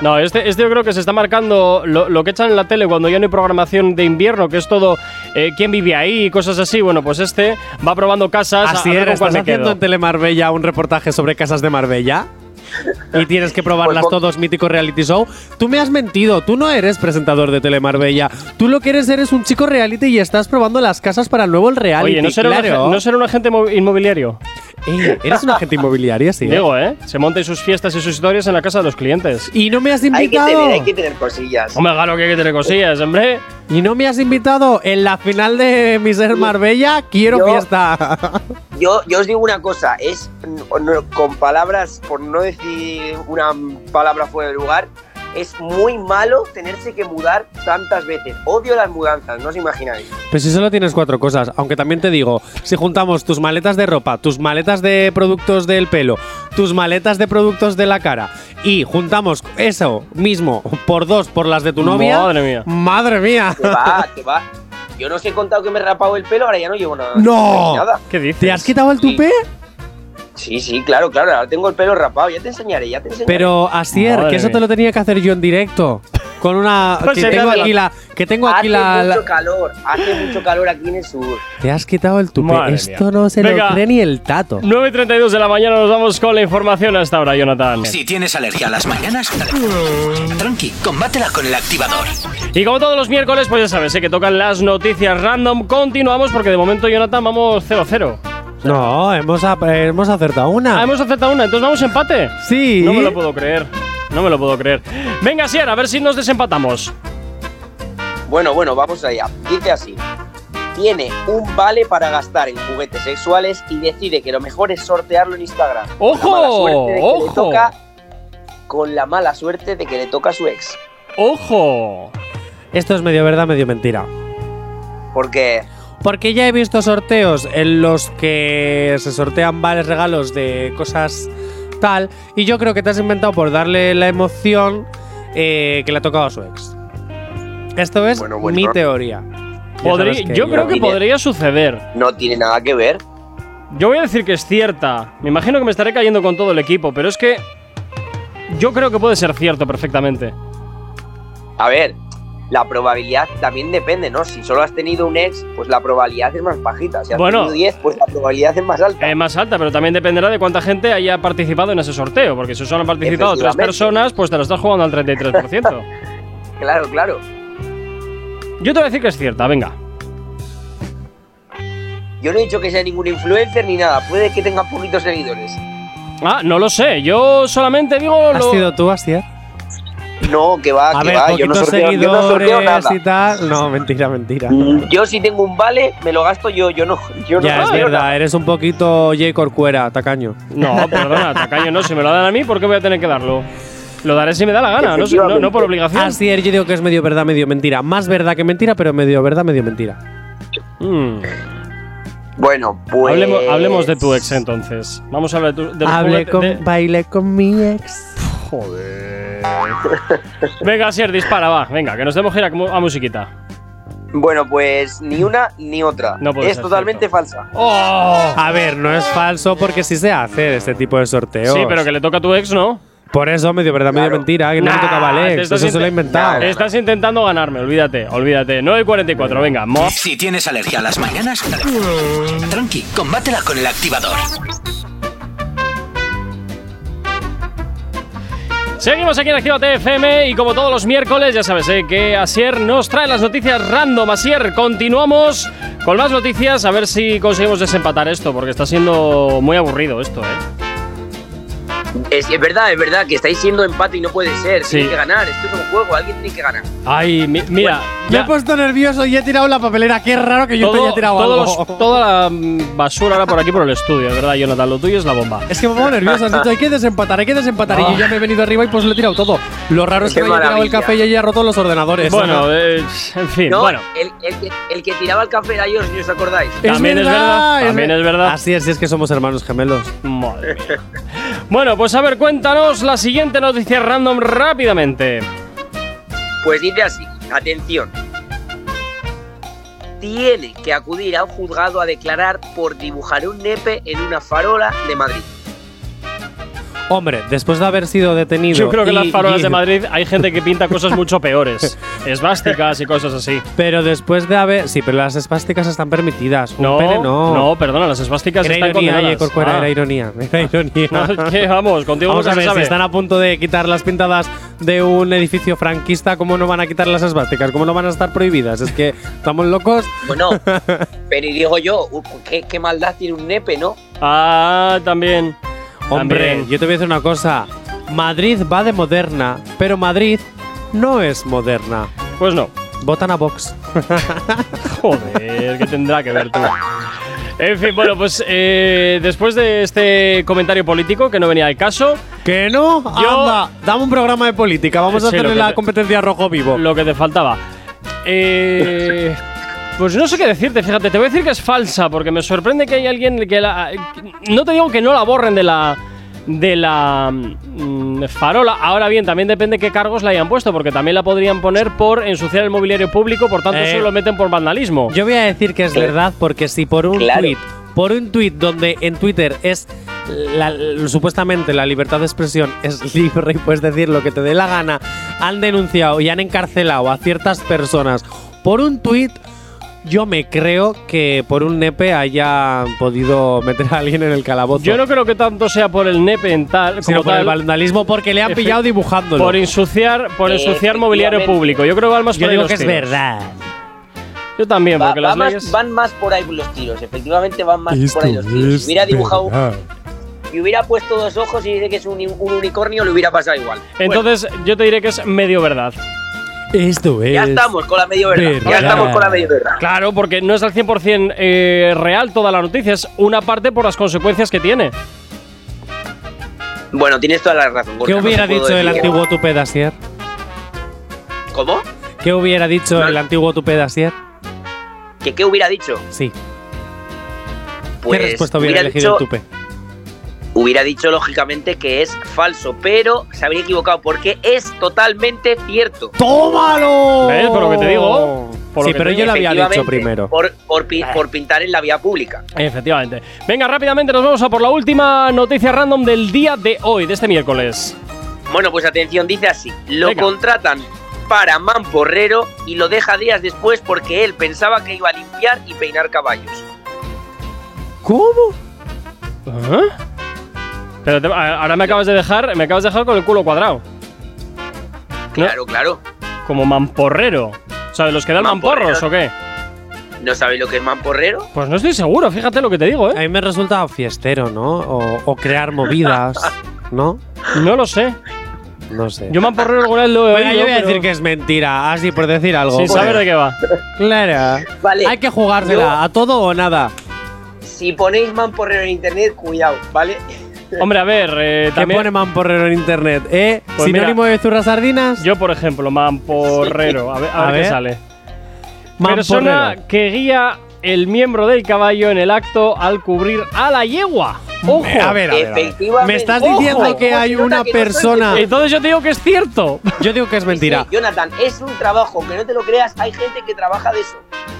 B: No, este, este yo creo que se está marcando lo, lo que echan en la tele cuando ya no hay programación de invierno, que es todo eh, quién vive ahí y cosas así. Bueno, pues este va probando casas. a-
C: Así
B: a ver
C: eres,
B: con cuál
C: estás
B: me
C: haciendo
B: quedo.
C: en Telemarbella un reportaje sobre casas de Marbella. Y tienes que probarlas
G: Pues, pues-
C: todos, mítico reality show. Tú me has mentido, tú no eres presentador de Telemarbella. Tú lo que eres eres un chico reality y estás probando las casas para el nuevo el reality.
B: Oye, ¿no será, un
C: claro.
B: agen- ¿no será un agente mo- inmobiliario?
C: Eh, eres un agente inmobiliario, sí. ¿eh?
B: Digo, ¿eh? Se monta sus fiestas y sus historias en la casa de los clientes.
C: Y no me has
G: hay, que
C: invitado.
G: tener, hay que tener cosillas.
B: Hombre, claro que hay que tener cosillas, hombre.
C: Y no me has invitado en la final de Miser Marbella. Quiero
G: Yo-
C: fiesta.
G: Yo, yo os digo una cosa, es no- no- con palabras, por no decir una palabra fuera de lugar, es muy malo tenerse que mudar tantas veces. Odio las mudanzas, no os imagináis.
C: Pues si solo tienes cuatro cosas, aunque también te digo, si juntamos tus maletas de ropa, tus maletas de productos del pelo, tus maletas de productos de la cara y juntamos eso mismo por dos por las de tu novia.
B: Madre mía.
C: Madre mía.
G: Que
C: (laughs)
G: va, que va. Yo no os he contado que me he rapado el pelo, ahora ya no llevo nada.
C: ¡No!
G: Nada.
B: ¿Qué dices?
C: ¿Te has quitado el
G: Sí.
C: tupé?
G: Sí, sí, claro, claro, ahora tengo el pelo rapado, ya te enseñaré, ya te enseñaré.
C: Pero Asier,
B: Madre
C: que eso
B: mía.
C: te lo tenía que hacer yo en directo. Con una.
B: (laughs) No
C: que,
B: sé,
C: tengo
B: nada.
C: aquí la, que tengo
B: Ah,
C: aquí
G: hace
C: la. la-
G: mucho calor, hace mucho calor aquí en el sur.
C: Te has quitado el tupé.
B: Madre
C: Esto
B: mía.
C: no se
B: Venga.
C: lo cree ni el tato.
B: 9.32 de la mañana nos vamos con la información hasta ahora, Jonathan.
A: Si tienes alergia a las mañanas, dale. tranqui, combátela con el activador.
B: Y como todos los miércoles, pues ya sabes, ¿eh? que tocan las noticias random. Continuamos porque de momento, Jonathan, vamos 0-0.
C: No, hemos, ap- hemos acertado
B: Ah,
C: una.
B: hemos aceptado una, entonces vamos empate.
C: Sí.
B: No me lo puedo creer. No me lo puedo creer. Venga, Sierra, a ver si nos desempatamos.
G: Bueno, bueno, vamos allá. Dice así. Tiene un vale para gastar en juguetes sexuales y decide que lo mejor es sortearlo en Instagram. Con la mala suerte de que le
B: ¡Ojo!
G: toca- con la mala suerte de que le toca a su ex.
B: ¡Ojo!
C: Esto es medio verdad, medio mentira.
G: Porque
C: Porque ya he visto sorteos en los que se sortean vales regalos de cosas tal. Y yo creo que te has inventado por darle la emoción eh, que le ha tocado a su ex. Esto es
G: Bueno, bueno.
C: mi teoría. Ya
B: Podrí-
C: sabes
B: yo creo que
G: Mire.
B: podría suceder.
G: no tiene nada que ver.
B: Yo voy a decir que es cierta. Me imagino que me estaré cayendo con todo el equipo, pero es que yo creo que puede ser cierto perfectamente.
G: A ver, la probabilidad también depende, ¿no? Si solo has tenido un ex, pues la probabilidad es más bajita. Si has
B: Bueno. Eh,
G: tenido 10, pues la probabilidad es más alta.
B: Es más alta, pero también dependerá de cuánta gente haya participado en ese sorteo, porque si solo han participado tres
G: Efectivamente.
B: personas, pues te lo estás jugando al 33%.
G: Claro, claro.
B: yo te voy a decir que es cierta, venga.
G: Yo no he dicho que sea ningún influencer ni nada. Puede que tenga poquitos seguidores.
B: Ah, no lo sé, yo solamente digo
C: ¿Has
B: lo...
C: sido tú, Asier?
G: No, que va,
C: A
G: que
C: ver,
G: va. Yo no
C: poquitos
G: sorteo, yo no
C: seguidores
G: sorteo nada.
C: y tal. No, mentira, mentira.
G: Mm, (laughs) Yo si tengo un vale, me lo gasto yo. Yo no, yo no
C: Ya, es
G: sorteo nada.
C: verdad, eres un poquito J. Corcuera, tacaño.
B: No,
C: (laughs)
B: perdona, tacaño no, si me lo dan a mí, ¿por qué voy a tener que darlo? Lo daré si me da la gana, no, sé, no, no por obligación.
C: Asier, yo digo que es medio verdad, medio mentira. Más verdad que mentira, pero medio verdad, medio mentira.
B: Mm.
G: Bueno, pues...
B: Hablemos, eh. hablemos de tu ex entonces. Vamos a hablar de, tu, de los
C: Hablé
B: juguetes-
C: con,
B: de-
C: bailé con mi ex.
B: Venga, Sier, dispara, va. Venga, que nos demos gira como- a musiquita.
G: Bueno, pues ni una ni otra.
B: No puede
G: es
B: ser
G: totalmente
B: cierto.
G: falsa.
B: ¡Oh!
C: A ver, no es falso porque sí se hace este tipo de sorteos.
B: Sí, pero que le toca a tu ex, ¿no?
C: Por eso, medio verdad, medio
G: Claro.
C: mentira, que no
B: Nah,
C: me tocaba al
B: te
C: ex.
B: estás
C: Eso se lo he
B: inte-
C: inventado.
G: Nah,
B: Estás intentando ganarme, olvídate, olvídate. 9 y 44, venga. mo-
A: Si tienes alergia a las mañanas, tranqui, combátela con el activador.
B: Seguimos aquí en Activa FM y como todos los miércoles, ya sabes ¿eh? que Asier nos trae las noticias random. Asier, continuamos con más noticias a ver si conseguimos desempatar esto, porque está siendo muy aburrido esto, ¿eh?
G: Es, es verdad, es verdad, que estáis siendo empate y no puede ser.
B: Sí.
G: Tiene que ganar. Esto es un juego, alguien tiene que ganar.
B: Ay, mi- mira.
C: Me
B: ya-
C: he puesto nervioso y he tirado la papelera. Qué raro que yo te haya tirado
B: todos
C: algo.
B: los- toda la mm, basura ahora por aquí por el estudio, es ¿verdad, Jonathan? Lo tuyo es la bomba.
C: Es que me pongo nervioso, has dicho hay que desempatar, hay que desempatar. Y yo ya me he venido arriba y pues lo he tirado todo. Lo raro es que
G: Qué
C: me haya tirado el
G: maravilla.
C: café y haya roto los ordenadores.
B: Bueno, eh, en fin,
G: No,
B: bueno.
G: el, el que, el que tiraba el café era yo, si os acordáis.
B: También es verdad, también es verdad.
C: Así es, sí es que somos hermanos gemelos.
B: Madre mía. Bueno, pues a ver, cuéntanos la siguiente noticia random rápidamente.
G: Pues dice así, atención. Tiene que acudir a un juzgado a declarar por dibujar un nepe en una farola de Madrid.
C: Hombre, después de haber sido detenido.
B: Yo creo que en
C: y-
B: las farolas
C: y-
B: de Madrid hay gente que pinta cosas
C: (laughs)
B: mucho peores. Esvásticas y cosas así.
C: Pero después de haber. Sí, pero las espásticas están permitidas. Un
B: No,
C: pene no.
B: no, perdona, las esvásticas
C: Era
B: están
C: ironía, oye,
B: condenadas.
C: Corcuera,
B: Ah.
C: era ironía.
B: (laughs)
C: Era ironía.
B: No, es que vamos, contigo
C: Vamos
B: nunca
C: a
B: se
C: ver, si
B: sabe.
C: están a punto de quitar las pintadas de un edificio franquista, ¿cómo no van a quitar las esvásticas? ¿Cómo no van a estar prohibidas? Es que estamos locos.
G: Bueno, pero y digo yo, u- ¿qué, qué maldad tiene un nepe, ¿no?
B: Ah, también.
C: Hombre,
B: También.
C: yo te voy a decir una cosa. Madrid va de moderna, pero Madrid no es moderna.
B: Pues no.
C: Votan a Vox.
B: Joder, que tendrá que ver tú. En fin, bueno, pues eh, después de este comentario político que no venía al caso,
C: ¿Que no?
B: Yo-
C: Anda, dame un programa de política. Vamos a
B: Sí, lo
C: hacerle
B: que
C: la
B: te-
C: competencia a rojo vivo.
B: lo que te faltaba.
C: (laughs)
B: Eh, pues no sé qué decirte, fíjate, te voy a decir que es falsa, porque me sorprende que hay alguien que la. No te digo que no la borren de la. De la mm, farola. Ahora bien, también depende qué cargos la hayan puesto, porque también la podrían poner por ensuciar el mobiliario público, por tanto,
C: Eh,
B: solo lo meten por vandalismo.
C: Yo voy a decir que es
G: Claro.
C: verdad porque si por un
G: Claro.
C: tweet, por un tweet donde en Twitter es la- l- supuestamente la libertad de expresión es (laughs) libre y puedes decir lo que te dé la gana, han denunciado y han encarcelado a ciertas personas por un tweet. Yo me creo que por un nepe haya podido meter a alguien en el calabozo.
B: Yo no creo que tanto sea por el nepe en tal,
C: sino
B: como
C: por el
B: tal,
C: vandalismo porque le han
B: Efe-
C: pillado dibujándolo.
B: Por ensuciar, por ensuciar
G: Eh, Efectivamente.
B: mobiliario público. Yo creo que va más
C: Yo
B: por ahí
C: digo
B: los
C: que es
B: tiros.
C: verdad.
B: Yo también,
G: Va-
B: porque
G: va
B: las
G: más-
B: leyes.
G: van más por ahí los tiros, efectivamente van más por ahí los tiros. Si hubiera dibujado, y hubiera puesto dos ojos y dice que es un, un unicornio, le hubiera pasado igual.
B: Entonces, yo te diré que es medio verdad.
C: Esto es.
G: Bueno, ya estamos con la medio verdad. Ya
C: verdad.
G: estamos con la medio verdad.
B: Claro, porque no es al 100% eh, real toda la noticia, es una parte por las consecuencias que tiene.
G: Bueno, tienes toda la razón. Gorka,
C: ¿Qué
G: no te
C: hubiera
G: puedo
C: dicho el
G: decir-
C: antiguo Tupé Dacier?
G: ¿Cómo?
C: ¿Qué hubiera dicho
G: No.
C: el antiguo Tupé Dacier?
G: ¿Que ¿Qué hubiera dicho?
C: Sí.
G: Pues
C: ¿Qué respuesta hubiera, elegido
G: dicho,
C: el Tupé?
G: Hubiera dicho lógicamente que es falso, pero se habría equivocado porque es totalmente cierto.
C: ¡Tómalo!
B: ¿Ves? Por lo que te digo. Por lo
C: sí,
B: que
C: pero
B: te
C: yo lo
B: digo.
C: había dicho
G: Efectivamente,
C: primero.
G: Por, por pi- por pintar en la vía pública.
B: Efectivamente. Venga, rápidamente nos vamos a por la última noticia random del día de hoy, de este miércoles.
G: Bueno, pues atención, dice así. Lo
B: Venga.
G: contratan para mamporrero y lo deja días después porque él pensaba que iba a limpiar y peinar caballos.
C: ¿Cómo?
B: ¿Ah? Pero te- a- ahora me acabas de dejar, me acabas de dejar con el culo cuadrado.
G: Claro, claro.
B: Como mamporrero. O sea, de los que dan
G: Mamporrero.
B: mamporros o qué.
G: ¿No sabéis lo que es mamporrero?
B: Pues no estoy seguro, fíjate lo que te digo,
C: A
B: ¿eh?
C: mí me resulta fiestero, ¿no? O, o crear
G: (laughs)
C: movidas, ¿no?
B: No lo sé.
C: No sé.
B: Yo mamporrero alguna vez lo he oído.
C: Venga, yo voy a
B: pero
C: decir que es mentira, así por decir algo.
B: Sin saber de qué va.
C: Claro.
G: Vale.
C: Hay que jugársela,
G: Yo-
C: a todo o nada.
G: Si ponéis mamporrero en internet, cuidado, ¿vale?
B: Hombre, a ver, eh,
C: ¿Qué pone
B: también.
C: mamporrero en internet? ¿Eh?
B: Pues mira.
C: ¿Sinónimo de zurras sardinas?
B: Yo, por ejemplo, mamporrero. A ver, a
C: A
B: ver qué
C: ver.
B: sale.
C: Mamporrero.
B: Persona que guía el miembro del caballo en el acto al cubrir a la yegua. ¡Ojo!
C: Eh, A ver, a ver, a ver.
G: Efectivamente.
C: Me estás
G: Ojo.
C: diciendo que hay
G: Jonathan,
C: una
G: que no soy
C: persona.
G: yo.
B: Entonces yo te digo que es cierto.
C: Eh, Yo digo que es (laughs) mentira.
G: Sí, Jonathan, es un trabajo, que no te lo creas, hay gente que trabaja de eso.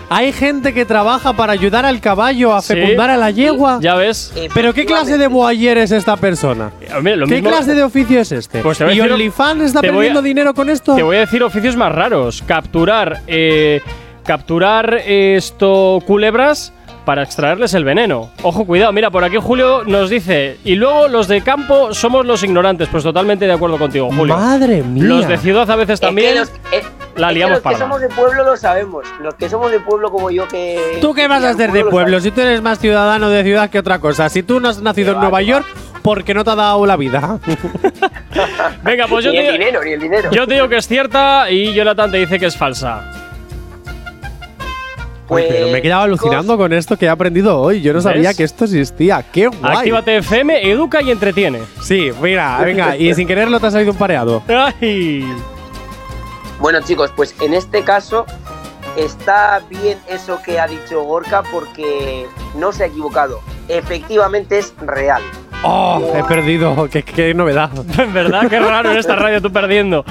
C: Hay gente que trabaja para ayudar al caballo a
B: Sí.
C: fecundar a la yegua.
B: Ya ves. Eh,
C: Pero ¿qué clase de boayer es esta persona?
B: Hombre, lo
C: ¿Qué
B: mismo-
C: clase de oficio es este?
B: Pues te voy a
C: ¿Y
B: decir-
C: OnlyFans está
B: te voy a-
C: perdiendo dinero con esto?
B: Te voy a decir oficios más raros. Capturar, eh, capturar eh, esto culebras para extraerles el veneno. Ojo, cuidado. Mira, por aquí Julio nos dice y luego los de campo somos los ignorantes. Pues totalmente de acuerdo contigo, Julio.
C: Madre mía.
B: Los de ciudad a veces también. la liamos
G: para. Los
B: parda.
G: eh, que somos de pueblo lo sabemos. Los que somos de pueblo como yo que.
C: ¿Tú qué vas a hacer de pueblo? Si tú eres más ciudadano de ciudad que otra cosa. Si tú no has nacido
G: Qué
C: en
G: va,
C: Nueva
G: qué
C: York, porque no te ha dado la
G: (laughs)
C: vida.
B: Venga, pues yo
G: Ni el
B: te, digo,
G: dinero, ni el dinero.
B: yo te digo que es cierta y Jonathan te dice que es falsa.
G: Pues,
C: Uy, pero me he quedado
G: chicos,
C: alucinando con esto que he aprendido hoy. Yo no
B: ¿Ves?
C: sabía que esto existía. ¡Qué guay!
B: Actívate FM, educa y entretiene.
C: Sí, mira, venga, y sin quererlo te ha salido un pareado.
B: Ay.
G: Bueno, chicos, pues en este caso está bien eso que ha dicho Gorka porque no se ha equivocado. Efectivamente es real.
C: ¡Oh! He perdido. (laughs) ¡Qué, qué novedad!
B: En verdad, qué raro en esta radio tú perdiendo.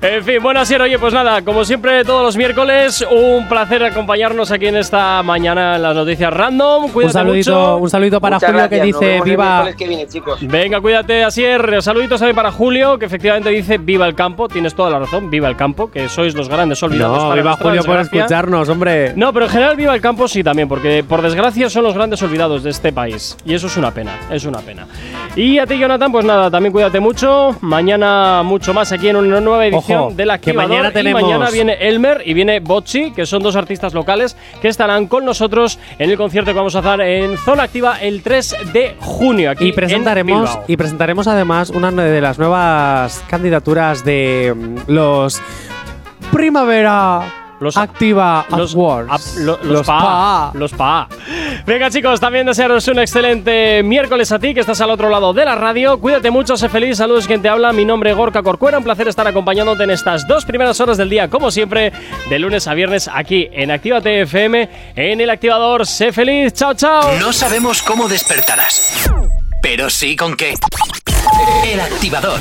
B: En fin, bueno, así era. oye, pues nada, como siempre, todos los miércoles, un placer acompañarnos aquí en esta mañana en las noticias random. Cuídate
C: un saludito,
B: mucho.
C: un saludito para
G: Muchas
C: Julio
G: gracias,
C: que
G: nos
C: dice
G: vemos el
C: viva.
G: miércoles que viene, chicos.
B: Venga, cuídate, Asier. Saluditos también para Julio, que efectivamente dice viva el campo. Tienes toda la razón, viva el campo, que sois los grandes olvidados.
C: No,
B: para
C: viva
B: nuestra
C: Julio por
B: desgracia.
C: escucharnos, hombre.
B: No, pero en general viva el campo sí también, porque por desgracia son los grandes olvidados de este país. Y eso es una pena, es una pena. Y a ti, Jonathan, pues nada, también cuídate mucho. Mañana mucho más aquí en una nueva edición
C: Ojo,
B: de La
C: que
B: Activador.
C: mañana
B: Y
C: tenemos-
B: mañana viene Elmer y viene Bocci, que son dos artistas locales que estarán con nosotros en el concierto que vamos a hacer en Zona Activa el 3 de junio. Aquí
C: Y presentaremos,
B: en Bilbao.
C: y presentaremos además una de las nuevas candidaturas de mm, los Primavera
B: Los-
C: Activa
B: los,
C: Awards.
B: ap- lo- los, PA. Los PA. Venga, chicos, también desearos un excelente miércoles a ti, que estás al otro lado de la radio. Cuídate mucho, sé feliz. Saludos, quien te habla. Mi nombre es Gorka Corcuera. Un placer estar acompañándote en estas dos primeras horas del día, como siempre, de lunes a viernes, aquí en Actívate FM, en el activador. Sé feliz. Chao, chao.
A: No sabemos cómo despertarás, pero sí con qué. El activador.